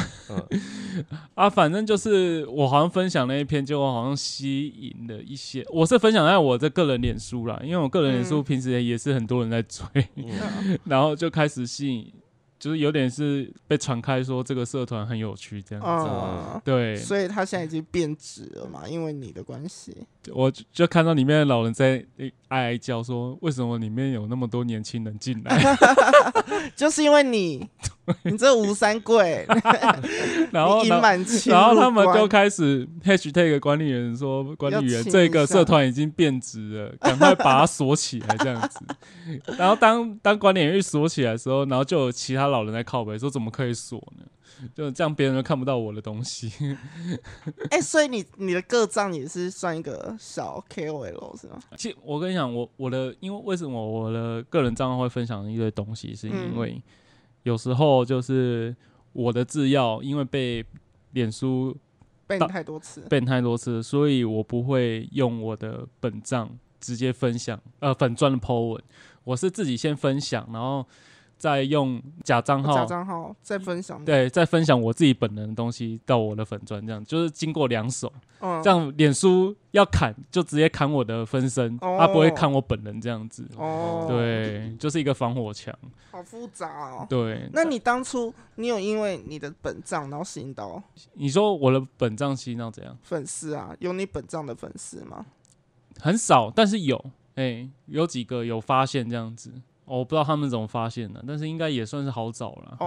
啊，反正就是我好像分享那一篇，结果好像吸引了一些。我是分享在我的个人脸书啦，因为我个人脸书嗯平时也是很多人在追。嗯然后就开始吸引，就是有点是被传开说这个社团很有趣这样。嗯，对，所以他现在已经变质了嘛，因为你的关系，我就就看到里面的老人在诶哀哀叫说，为什么里面有那么多年轻人进 来？就是因为你， 你这吴三桂，然后你呢隐瞒侵入然后他们就关开始 hashtag 管理员说，管理要员清这个一下社团已经变质了，赶快把它锁起来这样子。然后当当管理员一锁起来的时候，然后就有其他老人在靠北说，怎么可以锁呢？就这样别人都看不到我的东西。哎、所以你你的个账也是算一个小 KOL 是吗？其实我跟你讲，我我的因为为什么我的个人账号会分享一堆东西，是因嗯为有时候就是我的制药因为被脸书被你到太多次， ban 太多次，所以我不会用我的本账直接分享，呃，粉钻的 po 文，我是自己先分享，然后再用假账哦假号。账号再分享，，哦对，再分享我自己本人的东西到我的粉砖，这样就是经过两手，嗯这样脸书要砍就直接砍我的分身，他、不会哦砍我本人这样子。哦，，对，就是一个防火墙。好复杂哦。对，那你当初你有因为你的本账然后吸引到你说我的本账吸到怎样？粉丝啊？有你本账的粉丝吗？很少，但是有，哎、有几个有发现这样子。哦我不知道他们怎么发现的，但是应该也算是好找了。哦，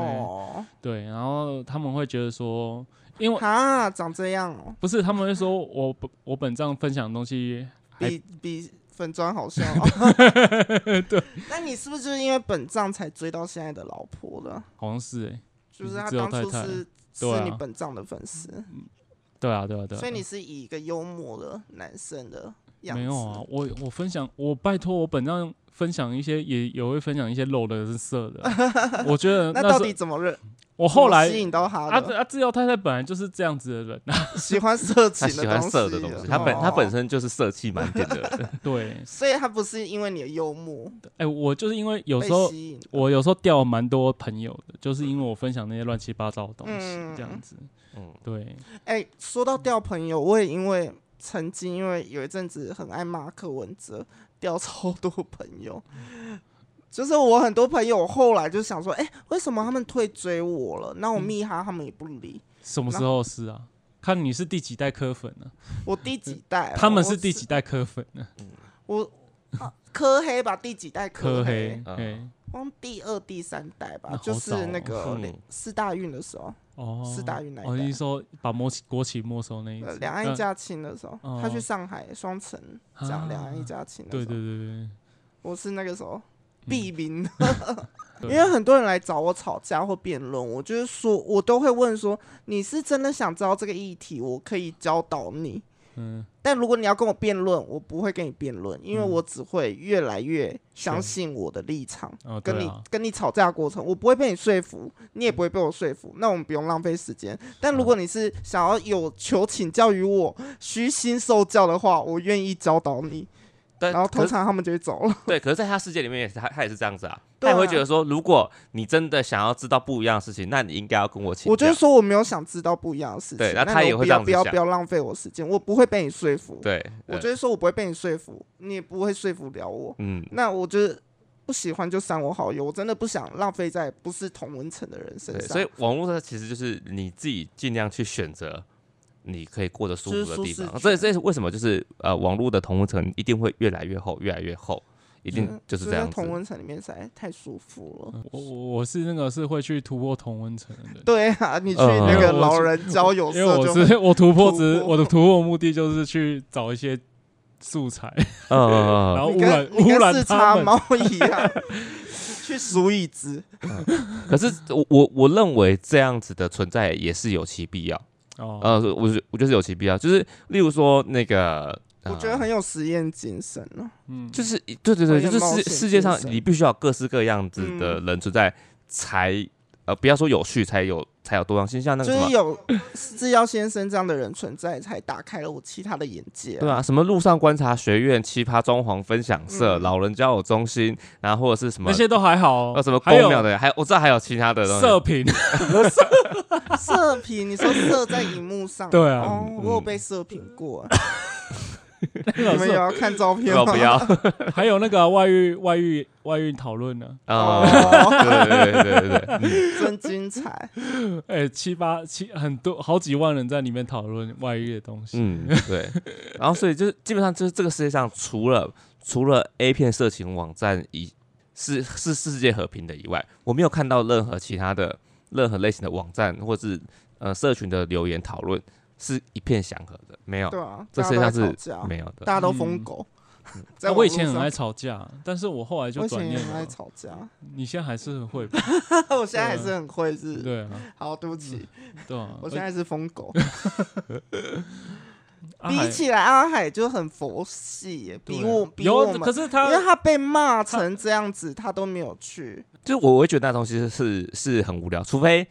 哦，对，然后他们会觉得说，因为哈，长这样哦，不是他们会说我本我本账分享的东西还比比粉砖好笑、哦。对，那你是不是就是因为本账才追到现在的老婆的？好像是哎、就是是他自由当初太太是对是啊你本账的粉丝，对啊，对啊，对啊。所以你是以一个幽默的男生的样子。没有啊，我我分享，我拜托我本账分享一些也也会分享一些肉的是色 的，我觉得那那到时候底怎么认？我后怎么来吸引到他啊的，啊！自由太太本来就是这样子的人， 啊喜欢色情他的喜欢色的东东西西，的他本他本，哦身就是色气满点的 人，对，所以他不是因为你的幽默哎、我就是因为有被时候吸引的，我有时候掉了蛮多朋友的，就是因为我分享那些乱七八糟的东西，嗯这样子，嗯，对，哎、说到掉朋友，我也因为曾经因为有一阵子很爱骂柯文哲，掉超多朋友。就是我很多朋友后来就想说，哎、为什么他们退追我了？那我嗯密哈他们也不理。什么时候是啊？看你是第几代科粉呢、我第几代啊？他们我是第几？代科粉呢、我啊，科黑吧，第几代科黑黑？，嗯哎，光第二、第三代吧那，就好早是那哦个嗯四大运的时候，哦，四大运那一代哦，你是说把国旗国旗没收那一呃次，两岸一家亲的时候，他去哦上海双城讲两岸一家亲嗯的时候，对嗯对对对，我是那个时候避 名，因为很多人来找我吵架或辩论，我就是说，我都会问说，你是真的想知道这个议题，我可以教导你。嗯，但如果你要跟我辩论，我不会跟你辩论，因为嗯我只会越来越相是信我的立场。哦，跟对你、啊，跟你吵架的过程，我不会被你说服，你也不会被我说服，那我们不用浪费时间。啊但如果你是想要有求请教于我，虚心受教的话，我愿意教导你。但然后呃可通是常他们就会走了。对，可是在他世界里面也是他他也是这样子啊，对他也会啊觉得说，如果你真的想要知道不一样的事情，那你应该要跟我请教。我就是说我没有想知道不一样的事情，对那那他你也不会这要样不子要想不要浪费我时间，我不会被你说服。，对，我嗯就是说我不会被你说服，你也不会说服了我。嗯，那我就是不喜欢就删我好友，我真的不想浪费在不是同文层的人身对，上。所以网络上其实就是你自己尽量去选择你可以过得舒就是服的舒地适啊方。圈所以这也是为什么就是呃，网络的同温层一定会越来越厚，越来越厚，一定嗯就是这在样子。嗯同文层里面实在太舒服了。嗯我我我是那个是会去突破同温层的人。 对啊，你去嗯那因为个我老是人交友因为社我就只我突破突只破我的突破目的就是去找一些素材，嗯嗯嗯然嗯后你污染跟你污跟染四他叉 们。猫一样，去数椅子，可是我我我认为这样子的存在也是有其必要。哦，呃，我觉我觉得是有其必要，就是例如说那个，呃我觉得很有实验精神哦、嗯，就是是对对有对，点就是冒世险世界上精神嗯你必须要有各式各样子的人存在，才呃不要说有趣，才有才有多样性。像那就个什是么，有制药先生这样的人存在，才打开了我其他的眼界、对，啊，什么路上观察学院、奇葩装潢分享社、嗯老人交友中心，然后或者是什么那些都还好，呃什么还有公庙的，还我知道还有其他的东西射频， 射频，你说射在荧幕上，对啊哦，啊嗯我有被射频过，啊你嗯们有要看照片要吗？ 哦不要？还有那个啊外遇外遇外遇讨论呢，啊，哦，对对对对对对，嗯 真精彩！哎，七八七很多好几万人在里面讨论外遇的东西，嗯，对。然后所以就是基本上就是这个世界上除了除了 A 片色情网站以是是世界和平的以外，我没有看到任何其他的任何类型的网站或是呃社群的留言讨论是一片祥和的，没有对，啊，这大世家界都上在是吵架，没有的。大家都疯狗。在啊我以前网很络爱上，吵架，但是我后来我就以转前也念很爱了。吵架，你现在还是很会吧， 我现在还对啊是很会是。对啊，好，对不嗯起，对啊。 我现在是疯狗。阿海比起来，阿海就很佛系耶，哎啊对啊比我比我有，们可是因为他他被骂成这样子，他都没有去。就是我我会觉得那东西是是很无聊，除非。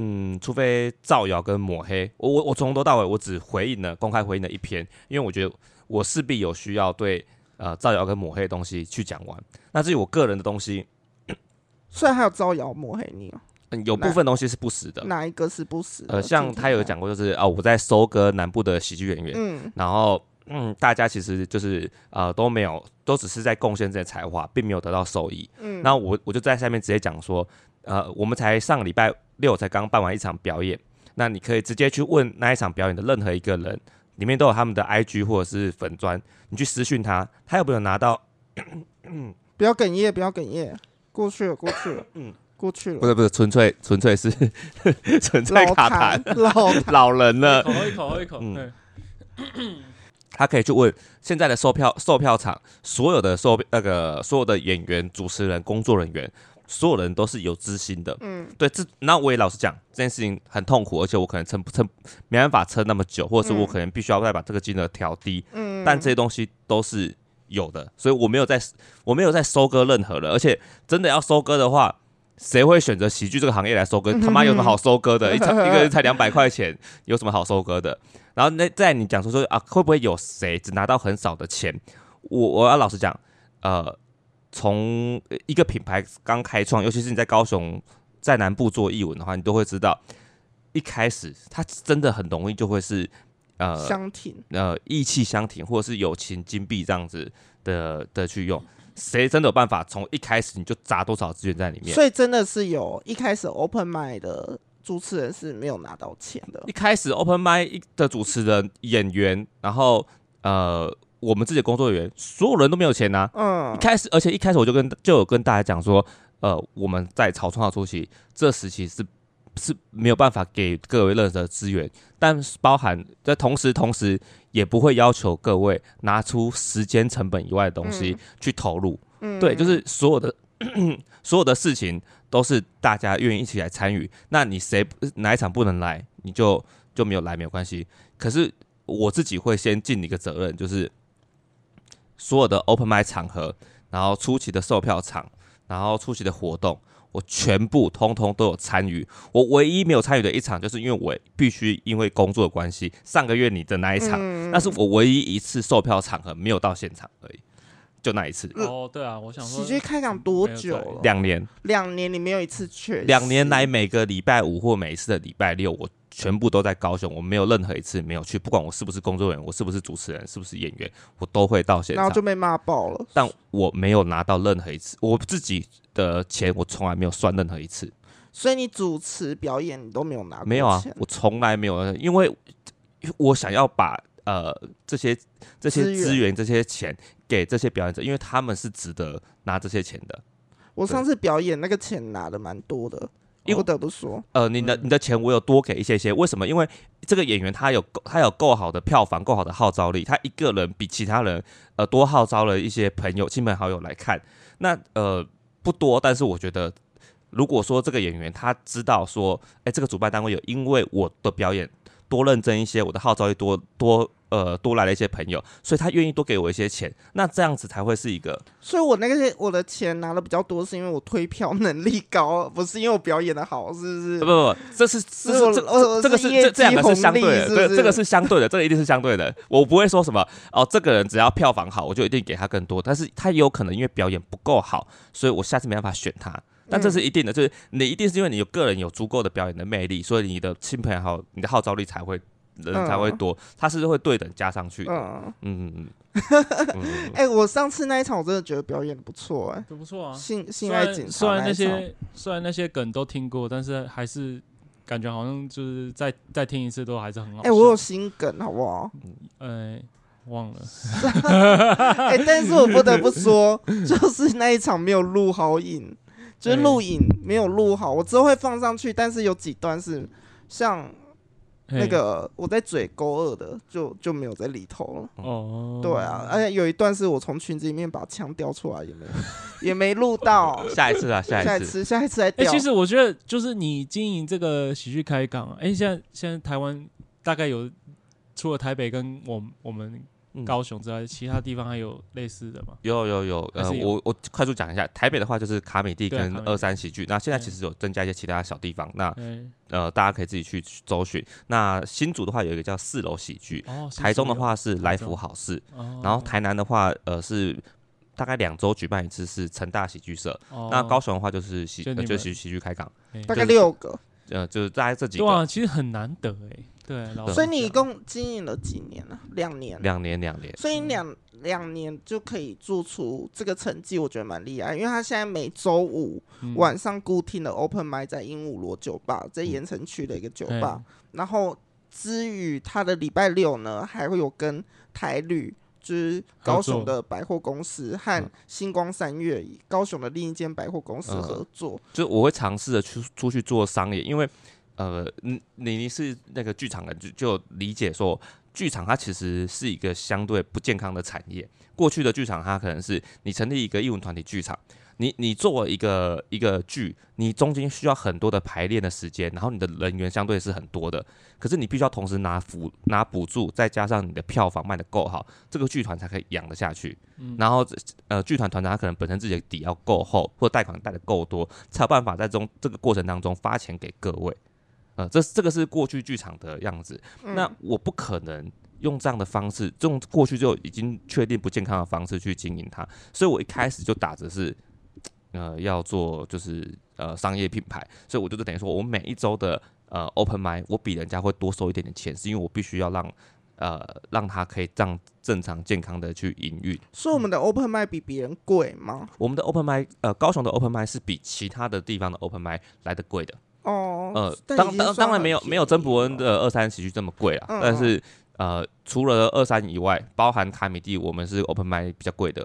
嗯，除非造谣跟抹黑，我我我从头到尾我只回应了公开回应了一篇，因为我觉得我势必有需要对呃造谣跟抹黑的东西去讲完。那至于我个人的东西，虽然还有招摇抹黑你哦，嗯有部分东西是不实的。哪一个是不死的？呃，像他有讲过，就是啊、我在收割南部的喜剧演员，嗯，然后嗯，大家其实就是呃都没有，都只是在贡献自己的才华，并没有得到收益。嗯嗯，那我我就在下面直接讲说，呃，我们才上个礼拜六才刚办完一场表演，那你可以直接去问那一场表演的任何一个人，里面都有他们的 IG 或者是粉砖，你去私讯他，他有没有拿到？不要哽咽，不要哽咽，过去了，过去了，嗯，过去不了。是不是，纯粹纯粹是 纯粹老卡痰，老老人了。口一口一口，嗯对他可以去问现在的售票售票场所有的售那个所有的演员、主持人、工作人员，所有人都是有知心的。嗯对，这那我也老实讲，这件事情很痛苦，而且我可能撑不撑，没办法撑那么久，或者是我嗯可能必须要再把这个金额调低。嗯，但这些东西都是有的，所以我没有在我没有在收割任何人，而且真的要收割的话。谁会选择喜剧这个行业来收割？他妈有什么好收割的？一场一个人才两百块钱，有什么好收割的？然后那在你讲说说啊，会不会有谁只拿到很少的钱？我我要老实讲，呃，从一个品牌刚开创，尤其是你在高雄在南部做艺文的话，你都会知道，一开始它真的很容易就会是 呃相挺，呃意气相挺，或者是友情金币这样子的的去用，谁真的有办法从一开始你就砸多少资源在里面？所以真的是有一开始 open m i 的主持人是没有拿到钱的一，开始 open mic 的主持人、演员，然后呃我们自己的工作人员，所有人都没有钱拿、嗯一，开始，而且一开始我就跟就有跟大家讲说，呃，我们在草创的初期，这时期是是没有办法给各位任何资源，但是包含在同时，同时也不会要求各位拿出时间成本以外的东西嗯去投入。嗯对，就是所有的 所有的事情都是大家愿意一起来参与。那你谁哪一场不能来，你就就没有来没有关系。可是我自己会先尽一个责任，就是所有的 open m i 场合，然后初期的售票场，然后初期的活动。我全部通通都有参与，我唯一没有参与的一场，就是因为我必须因为工作的关系，上个月你的那一场，嗯那是我唯一一次售票场合没有到现场而已，就那一次，哦对啊，我想说喜剧开讲多久嗯没有了？两年，两年，你没有一次去，两年来，每个礼拜五或每一次的礼拜六，我全部都在高雄，我没有任何一次没有去，不管我是不是工作人员，我是不是主持人，是不是演员，我都会到现然后场就。被骂爆了。但我没有拿到任何一次我自己的钱，我从来没有算任何一次，所以你主持表演你都没有拿过没有啊钱，我从来没有，因为我想要把呃这些这些资源资源、这些钱给这些表演者，因为他们是值得拿这些钱的。我上次表演那个钱拿的蛮多的，因为不得不说，呃，你的嗯你的钱我有多给一些些，为什么？因为这个演员他有够他有够好的票房，够好的号召力，他一个人比其他人呃多号召了一些朋友、亲朋好友来看。那呃，不多，但是我觉得，如果说这个演员他知道说，哎、这个主办单位有因为我的表演多认真一些，我的号召力多多呃多来了一些朋友，所以他愿意多给我一些钱，那这样子才会是一个所以我那些我的钱拿的比较多，是因为我推票能力高，不是因为我表演的好，是不不是？不，不这是这是我是这我我这这个是是业这这两绩个是红相对利的，是不对，这个是是相对的，这个一定是相对的。我不会说什么哦，这个人只要票房好，我就一定给他更多，但是他也有可能因为表演不够好，所以我下次没办法选他。但嗯这是一定的，就是你一定是因为你有个人有足够的表演的魅力，所以你的亲朋好友，你的号召力才会人才会嗯多，他是会对等加上去的。嗯，嗯嗯嗯嗯，哎、我上次那一场我真的觉得表演得不错、哎，都不错啊。性虽性爱警然虽察然那一场，些虽然那些梗都听过，但是还是感觉好像就是再再听一次都还是很好哎、笑。我有心梗好不好？ 呃忘了，哎、但是我不得不说，就是那一场没有录好影，就是录影没有录好，我之后会放上去，但是有几段是像那嘿个我在嘴勾二的，就就没有在里头了。哦，对啊，而且有一段是我从裙子里面把枪调出来，也没也没录 到。下一次啊，下下一一次。次，下一次再哎、调。其实我觉得就是你经营这个喜剧开港啊，哎、现在现在台湾大概有除了台北跟我们我们嗯高雄之外，其他地方还有类似的吗？有有有，还呃，是有我我快速讲一下，台北的话就是卡米蒂对啊跟卡米蒂嗯二三喜剧，那现在对其实有增加一些其他小地方，那对，呃大家可以自己去搜寻。那新竹的话有一个叫四楼喜剧，哦，台中的话是来台福中好事，新竹有，哦然后，台南的话呃是大概两周举办一次是成大喜剧社，哦那高雄的话就是喜就呃你就们喜喜剧开港，嘿大概六个，呃就是大概这几对个啊，其实很难得哎、对，老实所以你一讲共经营了几年了、两年。两年两年，所以两两年就可以做出这个成绩，我觉得蛮厉害。因为他现在每周五嗯晚上固定的 open m i 在鹦鹉螺酒吧，嗯在盐城区的一个酒吧。然后之余，他的礼拜六呢，还会有跟台旅。就是高雄的百货公司嗯和星光三月、高雄的另一间百货公司合作，就我会尝试着去出去做商业，因为呃，你你你是那个剧场人，就就理解说，剧场它其实是一个相对不健康的产业。过去的剧场它可能是你成立一个艺文团体剧场。你你作为一个一个剧，你中间需要很多的排练的时间，然后你的人员相对是很多的，可是你必须要同时拿补拿补助，再加上你的票房卖的够好，这个剧团才可以养得下去。然后呃，剧团团长他可能本身自己的底要够厚，或贷款贷的够多，才有办法在中这个过程当中发钱给各位。呃，这这个是过去剧场的样子。那我不可能用这样的方式，用过去就已经确定不健康的方式去经营它，所以我一开始就打着是，呃，要做就是呃商业品牌，所以我就是等于说我每一周的呃 open m i 我比人家会多收一点点钱，是因为我必须要让呃让它可以这样正常健康的去营运。所以我们的 open m i 比别人贵吗？我们的 open m i 呃高雄的 open m i 是比其他的地方的 open m i 来的贵的。哦，呃，但已当经当算当然很没有没有便宜曾伯恩了，的二三喜剧这么贵啦，嗯但是呃，除了二三以外，包含卡米蒂，我们是 open m i 比较贵的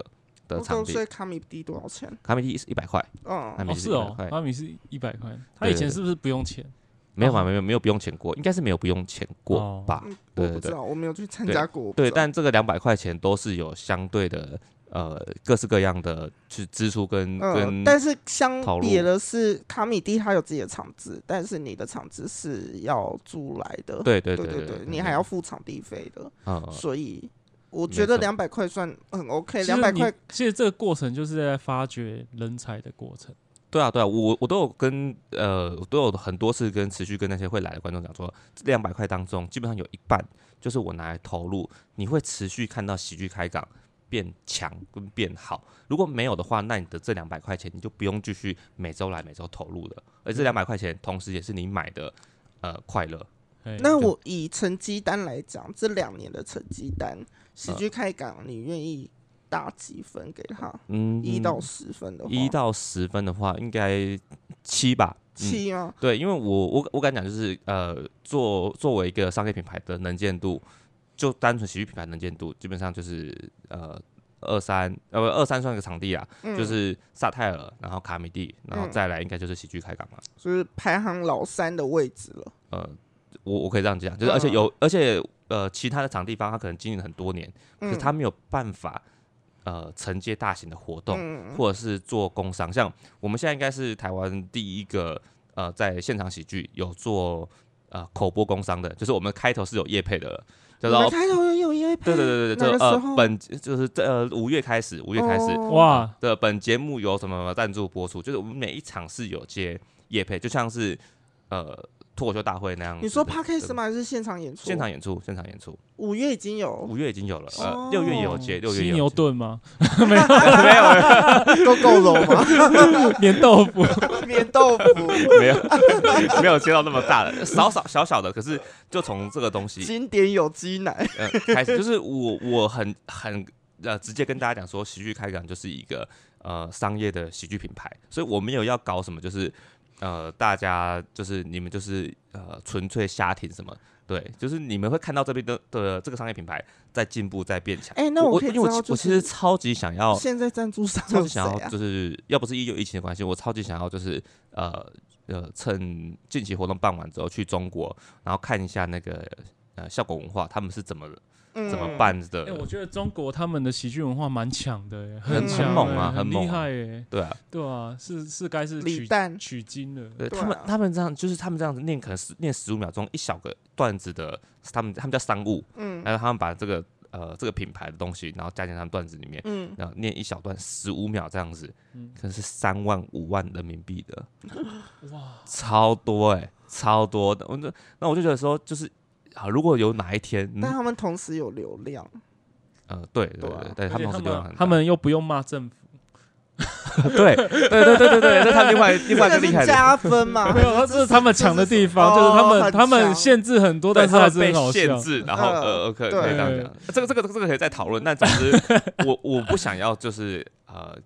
我的都场地哦所。以卡米低多少钱？卡米蒂是一百块，嗯卡，米哦蒂是一百哦块，，阿米是一百块，他对以对前对是不是不用钱？没有哦嘛，没有没有不用钱过，应该是没有不用钱过哦吧嗯？对我不对知对道，我没有去参对加过。我不对，知道但这个两百块钱都是有相对的呃各式各样的去支出跟嗯，跟但是相投入比的是，卡米蒂他有自己的场子，但是你的场子是要租来的，对 对对对你还要付场地费的，嗯嗯所以我没觉得错两百块算很 OK，其实两百你块，其实这个过程就是在发掘人才的过程。对啊，对啊，我我都有跟呃，我都有很多次跟持续跟那些会来的观众讲说，这两百块当中，基本上有一半就是我拿来投入，你会持续看到喜剧开港变强跟变好。如果没有的话，那你的这两百块钱你就不用继续每周来每周投入了，而这两百块钱同时也是你买的呃快乐。嘿那我以成绩单来讲，这两年的成绩单，喜剧开港，你愿意打几分给他？嗯，一到十分的话，一到十分的话，应该七吧，嗯七吗？对，因为我我我敢讲就是呃，作作为一个商业品牌的能见度，就单纯喜剧品牌能见度，基本上就是呃二三呃不二三算个场地啊，嗯，就是萨泰尔，然后卡米蒂，然后嗯再来应该就是喜剧开港了。就是排行老三的位置了。呃，我我可以这样讲，嗯就是而且有、而且呃其他的场地方他可能经营了很多年，可是嗯他没有办法呃承接大型的活动，嗯或者是做工商。像我们现在应该是台湾第一个呃在现场喜剧有做呃口播工商的，就是我们开头是有业配的了，你叫们做开头有有一对对哪对对对，个就时呃候哦本就是这呃五月开始，五月开始。哇，的本节目由什么什么赞助播出，就是我们每一场是有接夜配，就像是呃脱口秀大会那样子的。你说 podcast 对？吗？还是现场演出？现场演出，现场演出，五月已经 有五月已经有了，哦呃，六月也有接，六月犀也牛有接。顿吗？ 够够了 吗？粘豆腐，棉豆腐，没有没有接 到那么大的，少少小小的，可是就从这个东西经典有机奶，呃开始，就是我我很很呃直接跟大家讲说，喜剧开港就是一个呃商业的喜剧品牌，所以我没有要搞什么，就是呃大家就是你们就是呃纯粹瞎听什么。对，就是你们会看到这边的的这个商业品牌在进步，在变强。哎那我我可以因为我知道其我就其是实超级想 要现在赞助商哦 超有级谁想要，啊？就是要不是一九疫情的关系，我超级想要就是呃呃，趁近期活动办完之后去中国，然后看一下那个呃效果文化他们是怎么嗯怎么？办的哎、，我觉得中国他们的喜剧文化蛮强的耶，嗯强、哎很猛啊很很猛厉啊害耶，对啊，对啊，是是该是李取诞取经了，对对他们啊他们这样就是他们这样子念，可能是念十五秒钟一小个段子的，他们他们叫商务，嗯然后他们把这个呃这个品牌的东西，然后加进他们段子里面。嗯，然后念一小段十五秒这样子，嗯可能是三万五万人民币的， 哇，超多哎、超多的。我就那我就觉得说，就是啊，如果有哪一天，但嗯、他们同时有流量，呃，对对对对啊，对，他而且们是流量很们大他们又不用骂 政府， 对对对对对对对，这是他们另外另外一个这厉是害的，加分 嘛？没有，这是他们强的地方，就是他哦们他很们强限制很多，对但是还他是们很被好限笑。制，然后呃呃，可以对可以这样对讲，这个这个这个可以再讨论。但总 之，我我不想要就是呃。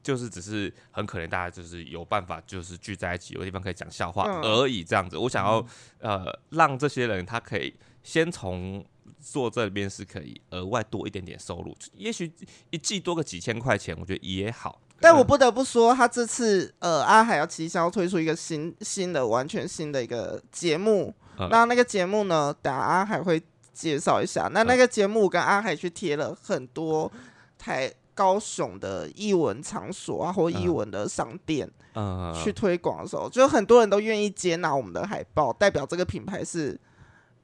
就是只是很可怜，大家就是有办法，就是聚在一起，有地方可以讲笑话嗯而已，这样子。我想要嗯呃，让这些人他可以先从做这边是可以额外多一点点收入，也许一季多个几千块钱，我觉得也好。但我不得不说，他这次呃，阿海要旗下要推出一个新新的、完全新的一个节目。嗯那那个节目呢，等下阿海会介绍一下。嗯那那个节目，我跟阿海去贴了很多台高雄的艺文场所啊，或艺嗯文的商店、嗯，去推广的时候，就很多人都愿意接纳我们的海报，代表这个品牌是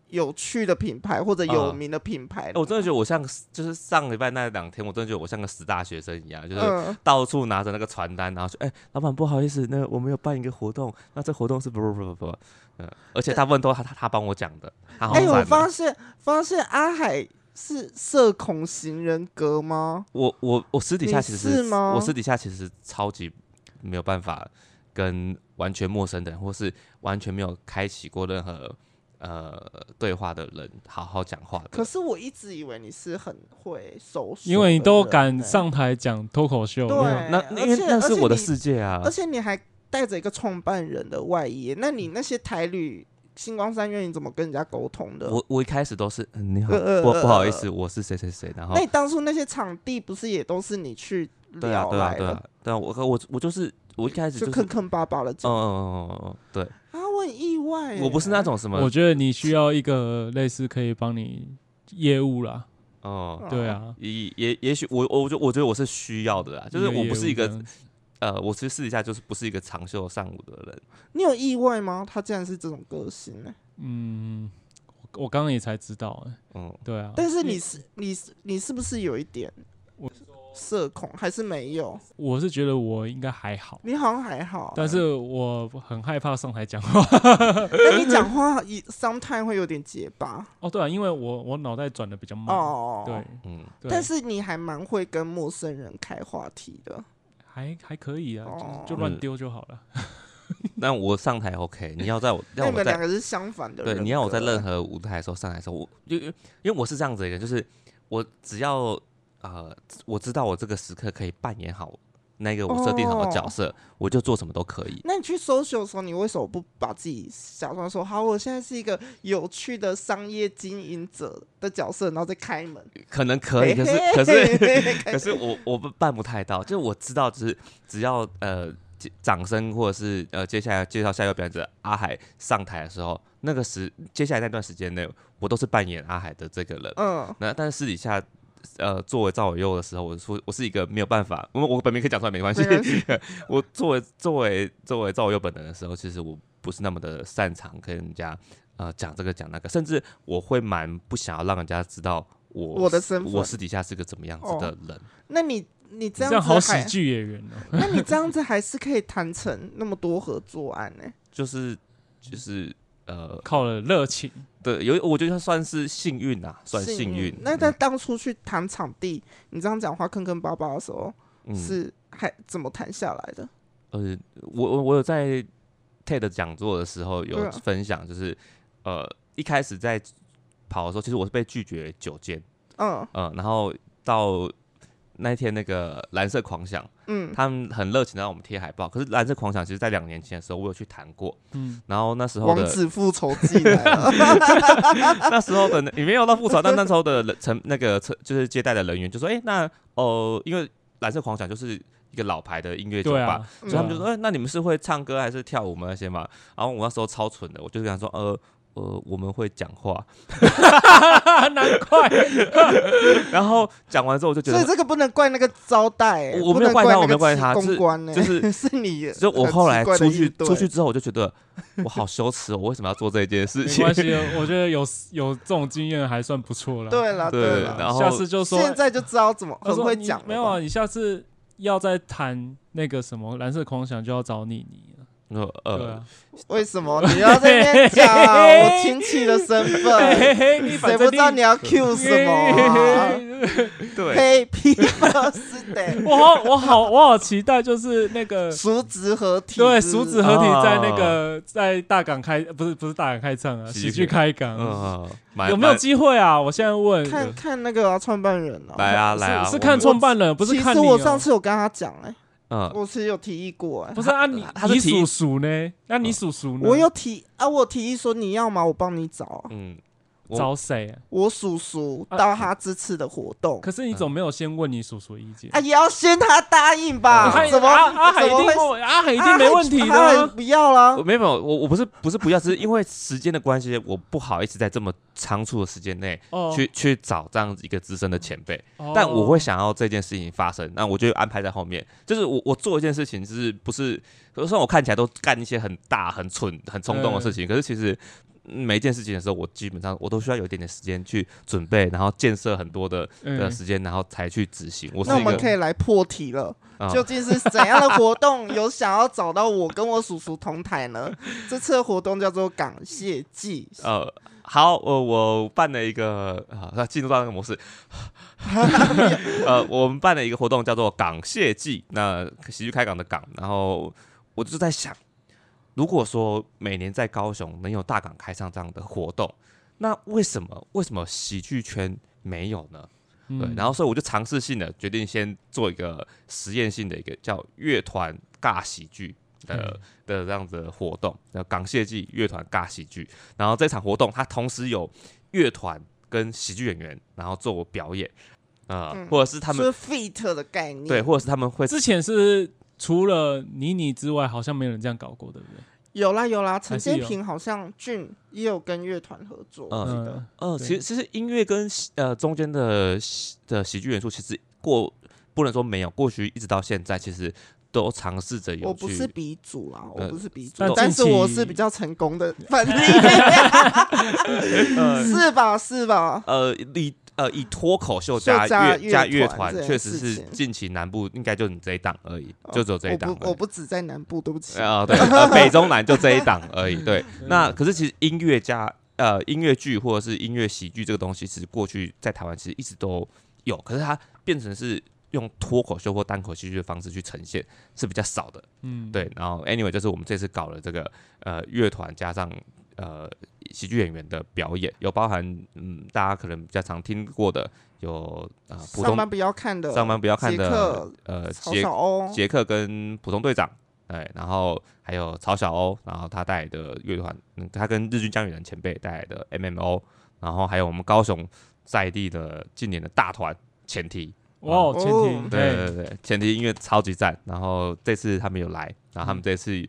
有趣的品牌或者有嗯名的品牌。哎我真的觉得我像，就是上礼拜那两天，我真的觉得我像个死大学生一样，就是嗯，到处拿着那个传单，然后说：“哎、老板，不好意思，那个我们有办一个活动，那这活动是不不不不不，嗯，而且大部分都他他他帮我讲的，他好哎、赞我哦、发现发现阿海是社恐型人格吗？我我我私底下其实你是吗我私底下其实超级没有办法跟完全陌生的人，或是完全没有开启过任何呃对话的人好好讲话的。可是我一直以为你是很会手，因为你都敢。上台讲脱口秀，对啊没有嗯那哎而那因为且那是而且我的你世界啊而，且你还带着一个创办人的外衣，那你那些台旅、星光三月，你怎么跟人家沟通的？我我一开始都是嗯你好，呃呃不呃不好呃意思，我是谁谁谁，然后那你当初那些场地不是也都是你去对啊聊对啊来对的，啊对啊，我我我就是我一开始就就是坑坑巴巴的嗯讲、嗯嗯嗯，嗯啊？我很意外、对，我不是那，种什我么，觉得你需要一个类似可以帮你业务啦，哦，对啊，也也也许我我就我觉得我是需要的啦，就是我不是业一务这个样子呃，我其实私底下就是不是一个长袖善舞的人，你有意外吗？他竟然是这种个性呢、嗯，我我刚刚也才知道、哎，嗯，对啊，但是你是你是你是不是有一点我社恐，还是没有？我是觉得我应该还好。你好像还好、但是我很害怕上台讲话。 但你讲话一 sometime 会有点结巴哦，对啊，因为我我脑袋转的比较慢。哦。对，嗯，对，但是你还蛮会跟陌生人开话题的。还还可以啊，哦就就乱丢就好了。那我上台 OK，你要在我 那要你我们两在个是相反的人对格。你要我在任何舞台的时候上台的时候，我因为因为我是这样子的一个人，就是我只要呃我知道我这个时刻可以扮演好那个我设定好的角哦色，我就做什么都可以。那你去 social 的时候，你为什么不把自己假装说好？我现在是一个有趣的商业经营者的角色，然后再开门。可能可以，可是可是 可是我我不办不太到，就是我知道，就是只要呃接掌声或者是呃接下来介绍下一个表演者阿海上台的时候，那个时接下来那段时间内，我都是扮演阿海的这个人。 嗯，那但是私底下呃作为赵伟佑的时候，我说我是一个没有办法，我我本名可以讲出来没关系没关系。我作为作为作为赵伟佑本人的时候，其实我不是那么的擅长跟人家呃讲这个讲那个，甚至我会蛮不想要让人家知道我我的身份哦我私底下是个怎么样子的人。那你你这这样样子好喜还，剧演员哦、 那你这样子还是可以谈成那么多合作案欸呢、就是就是呃，靠了热情，对，有我觉得算是幸运啊，算幸运。嗯那他当初去谈场地，你这样讲话坑坑巴巴的时候，嗯是还怎么谈下来的？呃，我我我有在 TED 讲座的时候有嗯分享，就是、呃一开始在跑的时候，其实我是被拒绝九间，嗯呃，然后到那一天那个蓝色狂想，嗯他们很热情地让我们贴海报，可是蓝色狂想其实在两年前的时候我有去谈过，嗯，然后那时候王的子复仇记来了，那时候的那也没有到复仇，但那时候的人成那个成就是接待的人员就说，哎、那哦、呃因为蓝色狂想就是一个老牌的音乐酒对吧，啊，嗯所以他们就对啊说：“哎、那你们是会唱歌还是跳舞吗？那些嘛？”然后我那时候超蠢的，我就跟他说：“呃呃，我们会讲话。 啊难怪，”然后讲完之后， 我就觉所以得，这个不能怪那个招待、欸，我我不没能有怪他那我没个有怪奇他公是关呢、欸就 是是你，就我后来出去出去，之后，我就觉得我好羞耻哦，我为什么要做这件事没情？关系，我觉得有有这种经验还算不错了。对了对对然了，后下次就说，现在就知道怎么他很说会你讲了吧，没有啊，你下次要再谈那个什么蓝色狂想，就要找你你了。我说对呃啊，，为什么你要在那边讲我亲戚的身嘿 嘿份？嘿，你呃谁反不正知道你要 Q 什么、啊？对，黑皮包是 的，我好我好我好期待，就是那个熟子合体，对鼠子合体在那啊个在大港开，不是不是大港开唱啊，喜喜剧剧开 嗯、港，蛮有没有蛮机会啊？我现在问，看看那个啊创办人哦。来啊来啊？是我是看们创办人，不是看其你实我哦。啊上次有跟他讲哎、 嗯，我其实有提议过哎、不是啊，你他是你提叔叔呢？那嗯你叔叔呢？我有提啊，我有提议说你要吗？我帮你找啊、嗯，我找谁啊？我叔叔啊到他支持的活动，可嗯是你怎么没有先问你叔叔意见？啊，也要先他答应吧？啊他怎么阿阿海一怎么定会？会阿海一定没问题的啊啊他。不要啦我。没有，没有我我不是不是不要，只是因为时间的关系，我不好意思在这么仓促的时间内哦去去找这样子一个资深的前辈。哦但我会想要这件事情发生，那我就安排在后面。就是我我做一件事情，就是不是，虽然我看起来都干一些很大、很蠢、很冲动的事情，可是其实嗯每一件事情的时候，我基本上我都需要有一点点时间去准备，然后建设很多的的嗯时间，然后才去执行。我是那我一们个可以来破题了，啊究竟是怎样的活动有想要找到我跟我叔叔同台 呢？这次的活动叫做感谢祭，呃。好，我我办了一个啊，那进入到那个模式，呃，我们办了一个活动叫做“港谢祭”，那喜剧开港的港，然后我就在想，如果说每年在高雄能有大港开唱这样的活动，那为什么为什么喜剧圈没有呢？嗯对，然后所以我就尝试性的决定先做一个实验性的一个叫乐团尬喜剧的的这样子的活动，叫港谢祭乐团尬喜剧。然后这场活动它同时有乐团跟喜剧演员，然后做表演，呃，嗯或者是他们是 fit 的概念，对，，或者是他们会之前是除了妮妮之外，好像没有人这样搞过，对不对？有啦有啦，陈还是建有平好像俊也有跟乐团合作，我嗯记得嗯，呃，对其实其实音乐跟喜呃中间的喜的喜剧元素，其实过不能说没有，过去一直到现在，其实都尝试着有我不是去。鼻祖啦，我呃不是鼻祖但，但是近期我是比较成功的反 例， 呃是吧是吧？呃，以呃以脱口秀秀加加乐加乐乐团团这，件确实事是情哦近期南部应该就你这一档而已，就只有这一我档而已。不我不止在南部，对不起，啊，对，呃北中南就这一档而已。对，嗯那可是其实音乐家呃音乐剧或者是音乐喜剧这个东西，其实过去在台湾其实一直都有，可是它变成是用脱口秀或单口喜剧的方式去呈现是比较少的。嗯，对，然后 anyway 就是我们这次搞了这个呃乐团加上呃喜剧演员的表演，有包含嗯大家可能比较常听过的有呃普上通班不要看的，上班不要看杰的克哦呃曹杰小欧，杰克跟普通队长，哎，然后还有曹小欧，然后他带来的乐团，嗯，他跟日军江雨人前辈带来的 MMO，然后还有我们高雄在地的近年的大团前提，哇，前哦提哎嗯对对对，前提音乐超级赞。然后这次他们有来，然后他们这次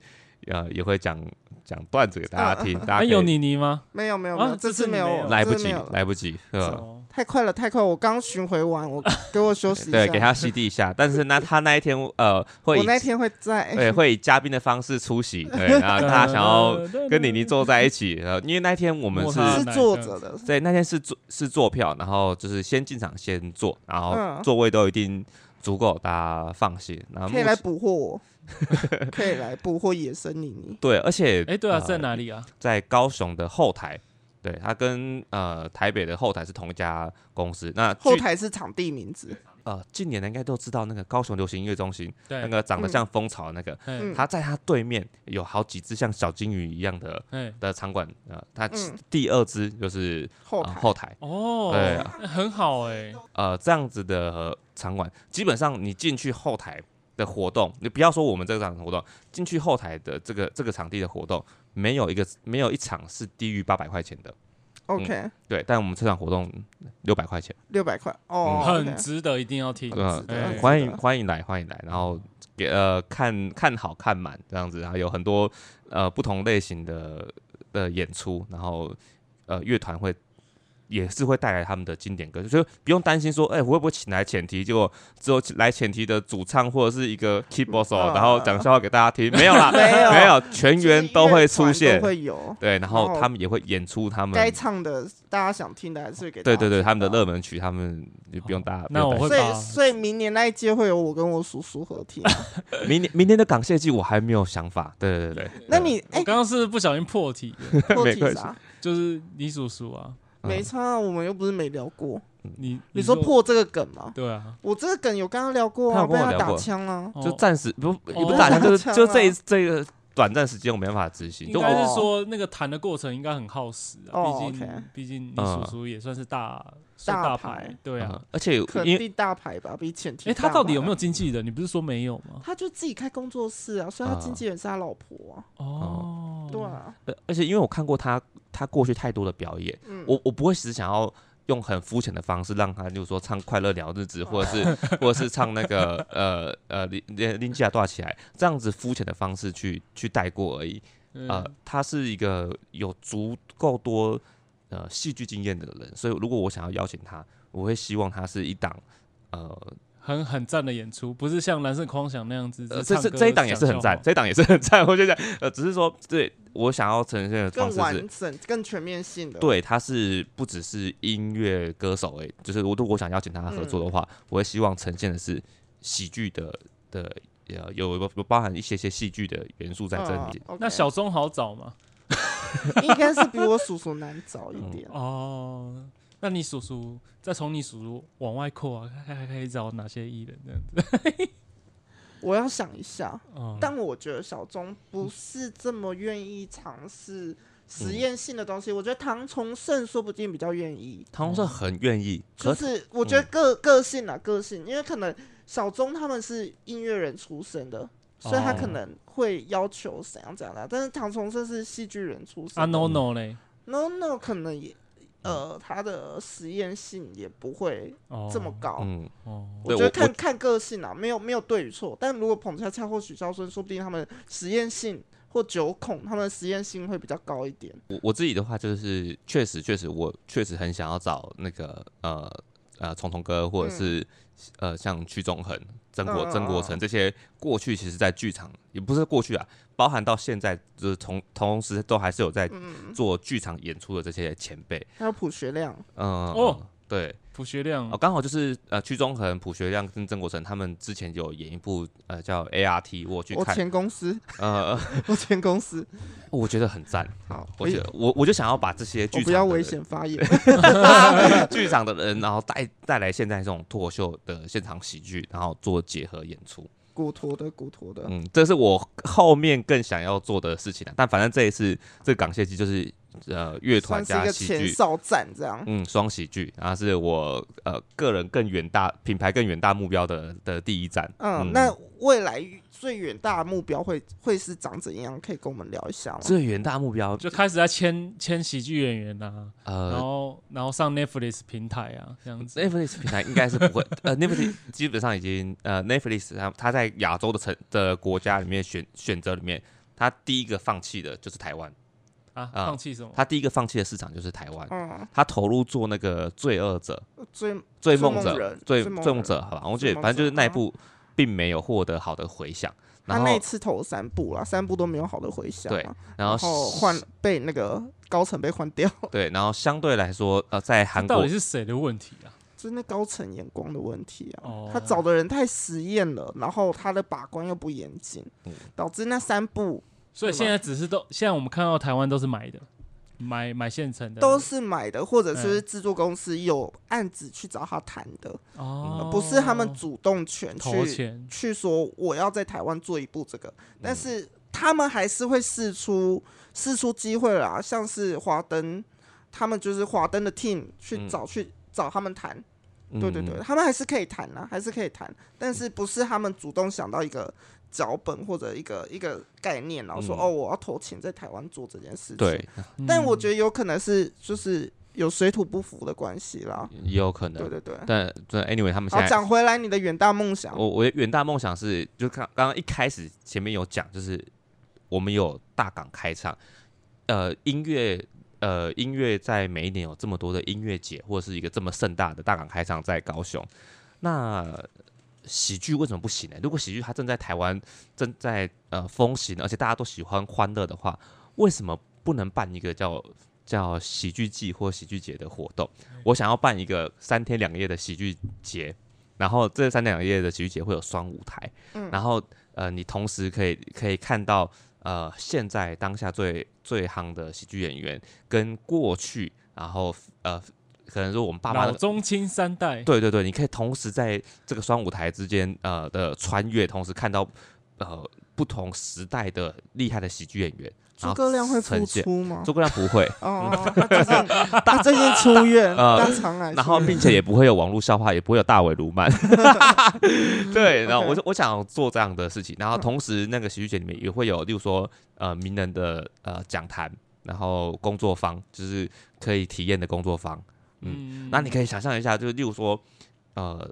呃也会讲讲段子给大嗯家听，大还家哎有可以妮妮吗？没有没有啊没有，这这次次你没有没有我，来这不次没及有了来不及，嗯是吧哦太快了太快了，我刚巡回完， 我给我休息一下。对，给他吸地一下。但 是那他那一天呃会我以那天会在，哎对会以嘉宾的方式出席，对，然后大家啊想 要跟妮妮坐在一起，呃，因为那天我们我是看是哪一坐个着的，对，那天是坐是坐票，然后就是先进场先坐，然后嗯座位都一定足够，大家放心。然后可以啊目来前捕获 我，可以来捕获野生妮妮。对，而且哎，对啊，呃在哪里啊？在高雄的后台，对，它跟呃台北的后台是同一家公司。那据后台是场地名字，呃近年的应该都知道那个高雄流行音乐中心，对那，个长得嗯像蜂巢的那个，哎嗯它在它对面有好几只像小金鱼一样的哎，的场馆啊、呃，它嗯第二只就是、后呃台、后台，哦，对啊那很好哎，呃，这样子的、呃场馆，基本上你进去后台的活动，你不要说我们这个场活动，进去后台的这个这个场地的活动，没有一个没有一场是低于八百块钱的，嗯 OK 对，但我们这场活动六百块钱，六百块哦，很嗯 OK 值得，一定要听。呃值得哎很欢值迎得欢迎来欢迎来，然后给呃看看好看满这样子，然后有很多呃不同类型的的演出，然后呃乐团会。也是会带来他们的经典歌，所以不用担心说，哎、我会不会请来前提，结果之后来前提的主唱或者是一个 keyboard手， 然后讲笑话给大家听，没有啦，啊没有没有，全员都会出就是乐团现都，会有对，然然后后他们也会演出他们，该唱的，大家想听的还啊是给对大家对对，听他们的到热门曲，他们就不用大家。那不用我会担所吧以所以明年那一届会有我跟我叔叔合 体。心明年明年的港谢季我还没有想法，对对对对。那你我哎，刚刚是不小心破题了，合 没体关系啥？就是你叔叔啊，嗯没差啊，我们又不是没聊过。你你说？破这个梗吗？对啊，我这个梗有跟他聊过啊，他有被跟我他聊打过枪啊。哦就暂时不也不哦是打算，就是打枪就啊这一这个短暂时间我没办法执行，应就我该是说那个谈的过程应该很耗时啊，哦毕竟 OK 毕竟你嗯叔叔也算是大算大大牌牌，对啊嗯。而且肯因为定大牌吧，比前提。哎，他到底有没有？经纪人？你不是说没有吗？他就自己开工作室啊，所以他啊经纪人是他老婆啊。哦，对啊，呃而且因为我看过他他过去太多的表演，嗯，我我不会只想要用很肤浅的方式让他，就是说唱《快乐聊日子》，或者是或者是唱那个呃呃林林林吉亚多起来这样子肤浅的方式去去带过而已。嗯呃，他是一个有足够多呃戏剧经验的人，所以如果我想要邀请他，我会希望他是一档呃很很赞的演出，不是像蓝色狂想那样子。呃，只这唱这歌这一档也是很赞讲，笑这一档也是很赞。我就讲，呃，只是说，对我想要呈现的方更式是完，整、更全面性的。对，他是不只是音乐歌手而已，就是我如果想邀请他合作嗯的话，我会希望呈现的是喜剧的的呃有有有包含一些些戏剧的元素在这里。嗯话。那 OK 小钟好找吗？应该 是比我叔叔难找一点。嗯哦，那你叔叔再从你叔叔往外扩啊，还还可以找哪些艺人这样子？我要想一下，嗯哦，但我觉得小钟不是这么愿意尝试嗯实验性的东西。我觉得唐崇盛说不定比较愿意，唐红是很愿意，就可是是我嗯觉得个、个性啊，个性，因为可能小钟他们是音乐人出身的。所以他哦可能会要求怎样怎样的、但是唐崇盛是戏剧人出身啊的、 no no 嘞， no no 可能也嗯呃他的实验性也不会哦，这么高，嗯，哦，我对觉得我看看个性啊，没有没有对与错。但如果彭恰恰或许孝顺，说不定他们实验性或九孔，他们的实验性会比较高一点。我我自己的话就是，确实确实，我确实很想要找那个呃呃虫虫哥，或者是、呃像屈中恒、曾嗯国嗯嗯曾国成这些过去，其实在剧场也不是过去啊，包含到现在，就是同同时都还是有在嗯做剧场演出的这些前辈，还有朴学亮，嗯、哦嗯对，朴学亮哦，刚好就是呃，屈中恒、朴学亮跟曾国成他们之前有演一部呃叫 ART，我有去我看，前公司， 呃， 我前公司，我觉得很赞，好，我也觉得我我就想要把这些哎剧我场不要的危人险发言。 剧场的人，然后带带来现在这种脱口秀的现场喜剧，然后做结合演出。骨头的骨头的，嗯，这是我后面更想要做的事情啊。但反正这一次这个港谢机就是呃乐团算是一加个喜前剧，哨战这样。嗯，双喜剧，然后是我呃个人更远大品牌更远大目标的的第一站。嗯，那未来最远大的目标会会是长怎样？可以跟我们聊一下吗？最远大目标就开始在签签喜剧演员呐，然呃。后然后上 Netflix 平台啊，这样子。 Netflix 平台应该是不会， 呃，Netflix 基本上已经，呃，Netflix 它它在亚洲的城的国家里面选选择里面，他第一个放弃的就是台湾，啊，啊放弃什么？他第一个放弃的市场就是台湾，嗯，他投入做那个罪恶者、最罪梦梦者人、罪追梦罪梦人者，好吧，我追觉得梦反正就是者那一嗯部并没有获得好的回响，他然那后一次投了三部啦，三部都没有好的回响嘛，对然然后后换被那个高层被换掉， 对，然后相对来说，呃，在韩这到国底是谁的问题啊？就是那高层眼光的问题啊。哦，他找的人太实验了，然后他的把关又不严谨嗯，导致那三部所以现在只是都，现在我们看到台湾都是买的，买买现成的，都是买的，或者是嗯制作公司有案子去找他谈的，哦嗯而，不是他哦们主动权投去钱去说我要在台湾做一部这个，嗯但是他们还是会试出试出机会啦，像是华灯，他们就是华灯的 team 去嗯找去找他们谈，嗯对对对，他们还是可以谈啊，还是可以谈，但是不是他们主动想到一个脚本或者一个一个概念，然后说、嗯哦，我要投钱在台湾做这件事情。，对，嗯但我觉得有可能是就是有水土不服的关系啦。也有可能对。对对。但但 anyway，他们现好，在讲回来，你的远大梦想，我我的远大梦想是，就刚刚刚一开始前面有讲，就是我们有大港开唱，呃，音乐呃音乐在每一年有这么多的音乐节，或者是一个这么盛大的大港开唱在高雄，那喜剧为什么不行呢？如果喜剧它正在台湾正在呃风行，而且大家都喜欢欢乐的话，为什么不能办一个叫叫喜剧季或喜剧节的活动？嗯我想要办一个三天两夜的喜剧节，然后这三天两夜的喜剧节会有双舞台，嗯然后呃，你同时可以可以看到呃现在当下最最夯的喜剧演员跟过去，然后呃可能说我们爸妈老的中青三代，对对对，你可以同时在这个双舞台之间呃的穿越，同时看到呃不同时代的厉害的喜剧演员。诸葛亮会复呈现出吗？啊诸葛亮不会，哦，他最近他最近出院， 呃大肠癌出院，然后并且也不会有网络笑话，也不会有大尾卢曼。对，然后我就我想做这样的事情，然后同时那个喜剧节里面也会有，例如说呃名人的呃讲坛，然后工作坊就是可以体验的工作坊，嗯那你可以想象一下，就是例如说，呃，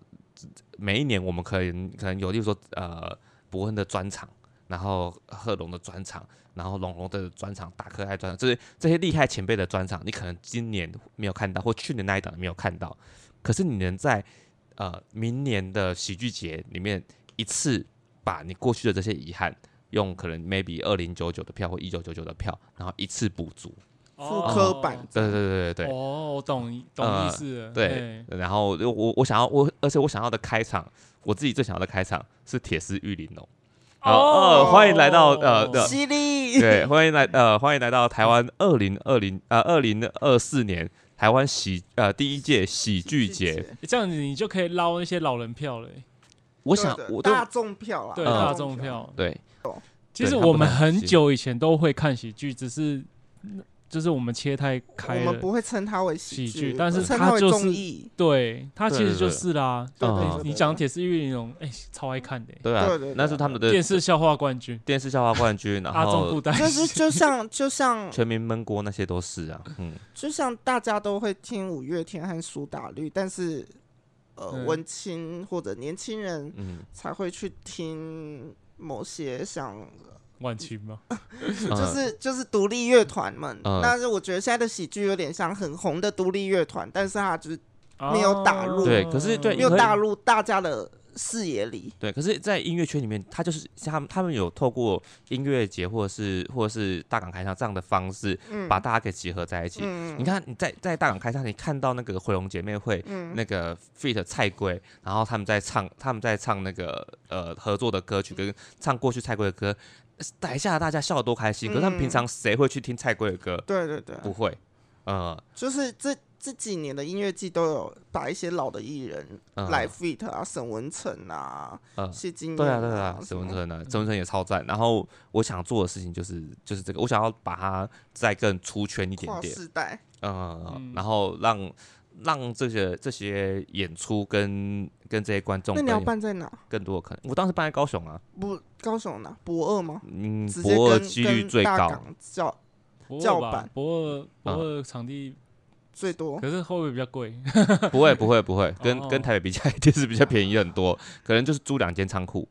每一年我们可能可能有，例如说，呃，伯恩的专场，然后贺龙的专场，然后龙龙的专场，大可爱专场，就是这些厉害前辈的专场，你可能今年没有看到，或去年那一档没有看到，可是你能在呃明年的喜剧节里面一次把你过去的这些遗憾。用可能 maybe 二零九九的票或一九九九的票，然后一次补足。复刻版哦，对对对对对。哦，我懂懂意思了，哎对，然后我我我想要我，而且我想要的开场，我自己最想要的开场是铁丝玉玲珑。哦哦欢迎来到呃的犀利，对，欢迎来呃，欢迎来到台湾二零二零呃二零二四年台湾喜呃第一届喜剧节。欸这样子你就可以捞那些老人票了欸、我想对的我都大众票啊啦，对，嗯大众。票。对其实对他不我们太很喜久以前都会看喜剧，只是就是我们切太我开们了。不会称它为喜剧，剧但是我们称它为就是综 艺。对，它其对实对就对是啦。对嗯对对对，你对讲铁丝玉玲珑，哎、超爱看的欸、对啊对对对，那是他们的电视笑话冠军，电视笑话冠军，然阿中后布袋戏，就是 就像就像全民闷锅那些都是啊，嗯，就像大家都会听五月天和苏打绿，但是呃，嗯文青或者年轻人嗯，才会去听某些像晚晴吗？就就是就是独立乐团们。嗯但是我觉得现在的喜剧有点像很红的独立乐团，但是它就是没有打入对可是对没因有为大入大家的视野里。对，可是，在音乐圈里面，他就是他们他们有透过音乐节或者是或者是大港开唱这样的方式，嗯，把大家给集合在一起。嗯你看你在在大港开唱，你看到那个回龙姐妹会。嗯那个 feat 蔡圭，然后他们在唱，他们在唱那个呃合作的歌曲，跟唱过去蔡圭的歌，台下大家笑得多开心。可是他们平嗯常谁会去听蔡圭的歌？对对对，不会，呃，就是这这几年的音乐季都有把一些老的艺人，呃来 fit 啊，沈文成啊，呃，谢金对啊，燕对啊，什沈文么成呢，沈文成也超赞。然后我想做的事情就是就是这个，我想要把它再更出圈一点跨点，世代，嗯嗯，然后让让这些这些演出跟跟这些观众那你要更有办在哪？更多的可能。我当时办在高雄啊，不，高雄哪？博二吗？嗯，直接博二跟几率跟最大高，港叫博叫二吧板，博二博啊二场地，最多。可是会不会比较贵？嗯不会不会不会，跟哦跟台北比起来， 就是比较便宜嗯很呃多，可能就是租两间仓库，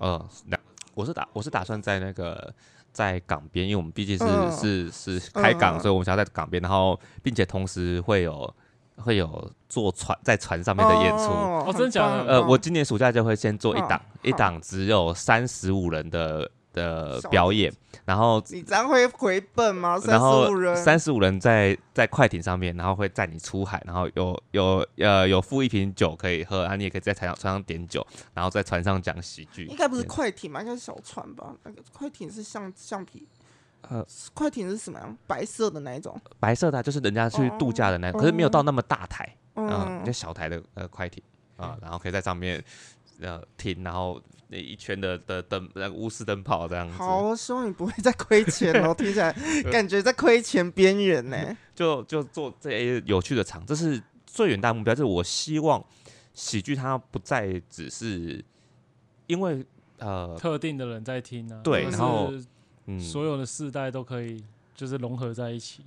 嗯，两我是打我是打算在那个在港边，因为我们毕竟是、嗯是是开港，嗯所以我们想要在港边，然后并且同时会有会有坐船在船上面的演出。哦哦真的假的呃，我今年暑假就会先做一档，嗯一档只有三十五人的的小表演，然后你这样会回本吗？三呃然十后五人，三十五人在在快艇上面，然后会载你出海，然后有有呃有附一瓶酒可以喝，然后你也可以在船上船上点酒，然后在船上讲喜剧。应该不是快艇吧？应该是小船吧？那个快艇是橡橡皮，呃快艇是什么样？白色的那一种。白色的啊，就是人家去度假的那，可是没有到那么大台啊，哦嗯就，小台的呃快艇啊，然后可以在上面呃停，然后那一圈的的灯那个钨丝灯泡这样子。好，我希望你不会再亏钱 哦。听起来感觉在亏钱边缘呢。就就做这些有趣的场，这是最远大目标。就是我希望喜剧它不再只是因为呃 特定的人在听啊，对就是然后嗯所有的世代都可以就是融合在一起。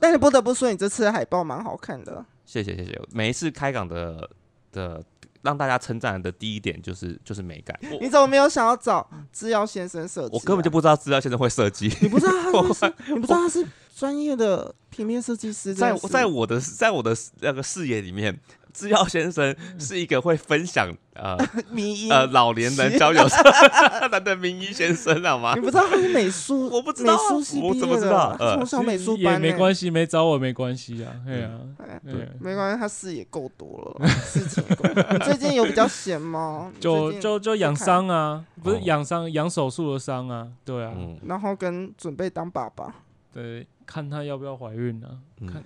但是不得不说，你这次的海报蛮好看的。谢谢谢谢，每一次开港的的让大家称赞的第一点就是就是美感。我你怎么没有想要找制药先生设计啊？我根本就不知道资料先生会设计， 你不知道他是设，你不知道他是专业的平面设计师这在件我事，在我的在我的那个视野里面，制药先生是一个会分享呃迷音。呃老年人交友的名医先生，好吗你？不知道他是美术， 我不知道啊美术系我毕业怎么知的道他呃从小美术 也班没呢关系，没找我没关系嗯啊，对啊，哎对啊。没关系，他事也够多了，事情也够多。你最近有比较闲吗？你最就近就就养看伤啊，不哦是养伤，养手术的伤啊，对啊，嗯，然后跟准备当爸 啊爸。对，看她要不要怀孕啊，嗯看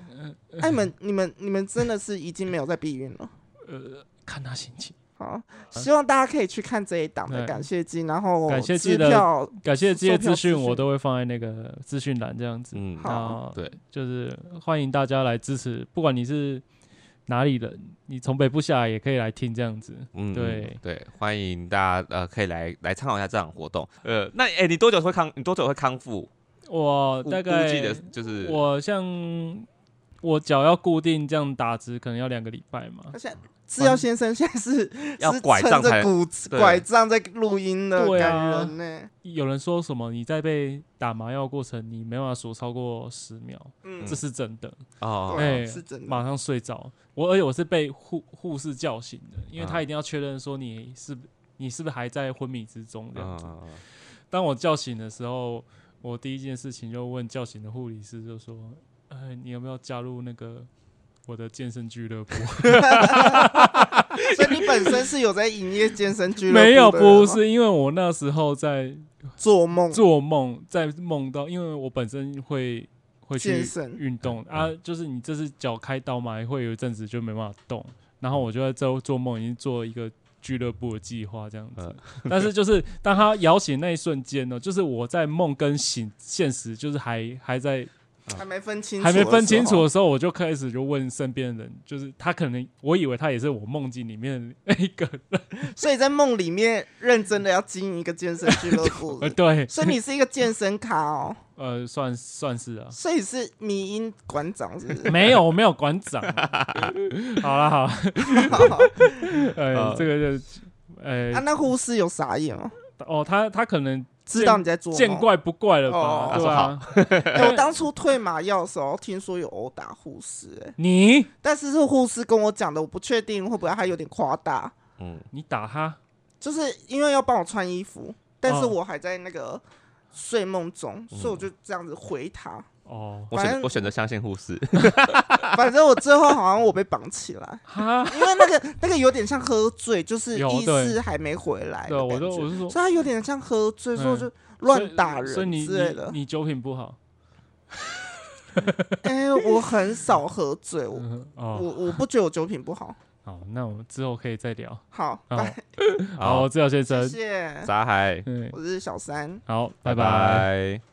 哎，你们你们你们真的是已经没有在避孕了。呃，看她心情。好，希望大家可以去看这一档的啊对感谢季，然后感谢支季的票感谢这些售票资资讯，讯我都会放在那个资讯栏这样子。嗯好那对，就是欢迎大家来支持，不管你是哪里人，你从北部下来也可以来听这样子。嗯，对对，欢迎大家呃可以来来参考一下这场活动。呃，那哎、你多久会康？你多久会康复？我大估概估计的就是我像我脚要固定这样打直，可能要两个礼拜嘛。而且制药先生现在是 要是拐撑杖才着能骨对拐杖在录音的对感啊人呢。有人说什么你在被打麻药过程，你没办法数超过十秒，嗯这是真的，哦，对啊哎是真 的。马上睡着。我而且我是被护护士叫醒的，因为啊他一定要确认说你是不你是不是还在昏迷之中这样子。嗯当我叫醒的时候，我第一件事情就问叫醒的护理师，就说：“呃，你有没有加入那个我的健身俱乐部所以你本身是有在营业健身？”俱乐部的没有，人吗不是，因为我那时候在做梦做梦，在梦到，因为我本身会会健去身运动啊，就是你这只脚开刀嘛，会有一阵子就没办法动，然后我就在做做梦，已经做一个俱乐部的计划这样子。嗯但是就是当他摇醒那一瞬间呢，就是我在梦跟醒现实就是还还在还没分清楚，还没分清楚的。时候，我就开始就问身边的人，就是他可能我以为他也是我梦境里面的一个人，所以在梦里面认真的要经营一个健身俱乐 部呃，，对，所以你是一个健身咖哦，呃，算算是啊。所以是迷音馆长是不 是？没有，我没有馆长。啊好了好了，呃，呃这个就，呃啊，，那护士有傻眼吗？哦，他他可能知道你在做见梦。怪不怪了哦吧？他对啊说吧？哎我当初退麻药的时候，听说有殴打护士、哎，你但是是护士跟我讲的，我不确定会不会他有点夸大，嗯，你打他，就是因为要帮我穿衣服，但是哦我还在那个睡梦中，所以嗯我就这样子回他。哦，我反选正我选择相信护士。反正我最后好像我被绑起来，哈，因为那个那个有点像喝醉，就是有意对识还没回来对的感啊，我觉，就我是说所以他有点像喝醉，所以我嗯就乱打所以所以人你之类的你。你酒品不好， 哎、我很少喝醉，我嗯我哦，我不觉得我酒品不好。好，那我们之后可以再聊。好， 好拜，好，，治疗先谢生，谢，杂海，嗯，我是小三。好，拜拜拜拜。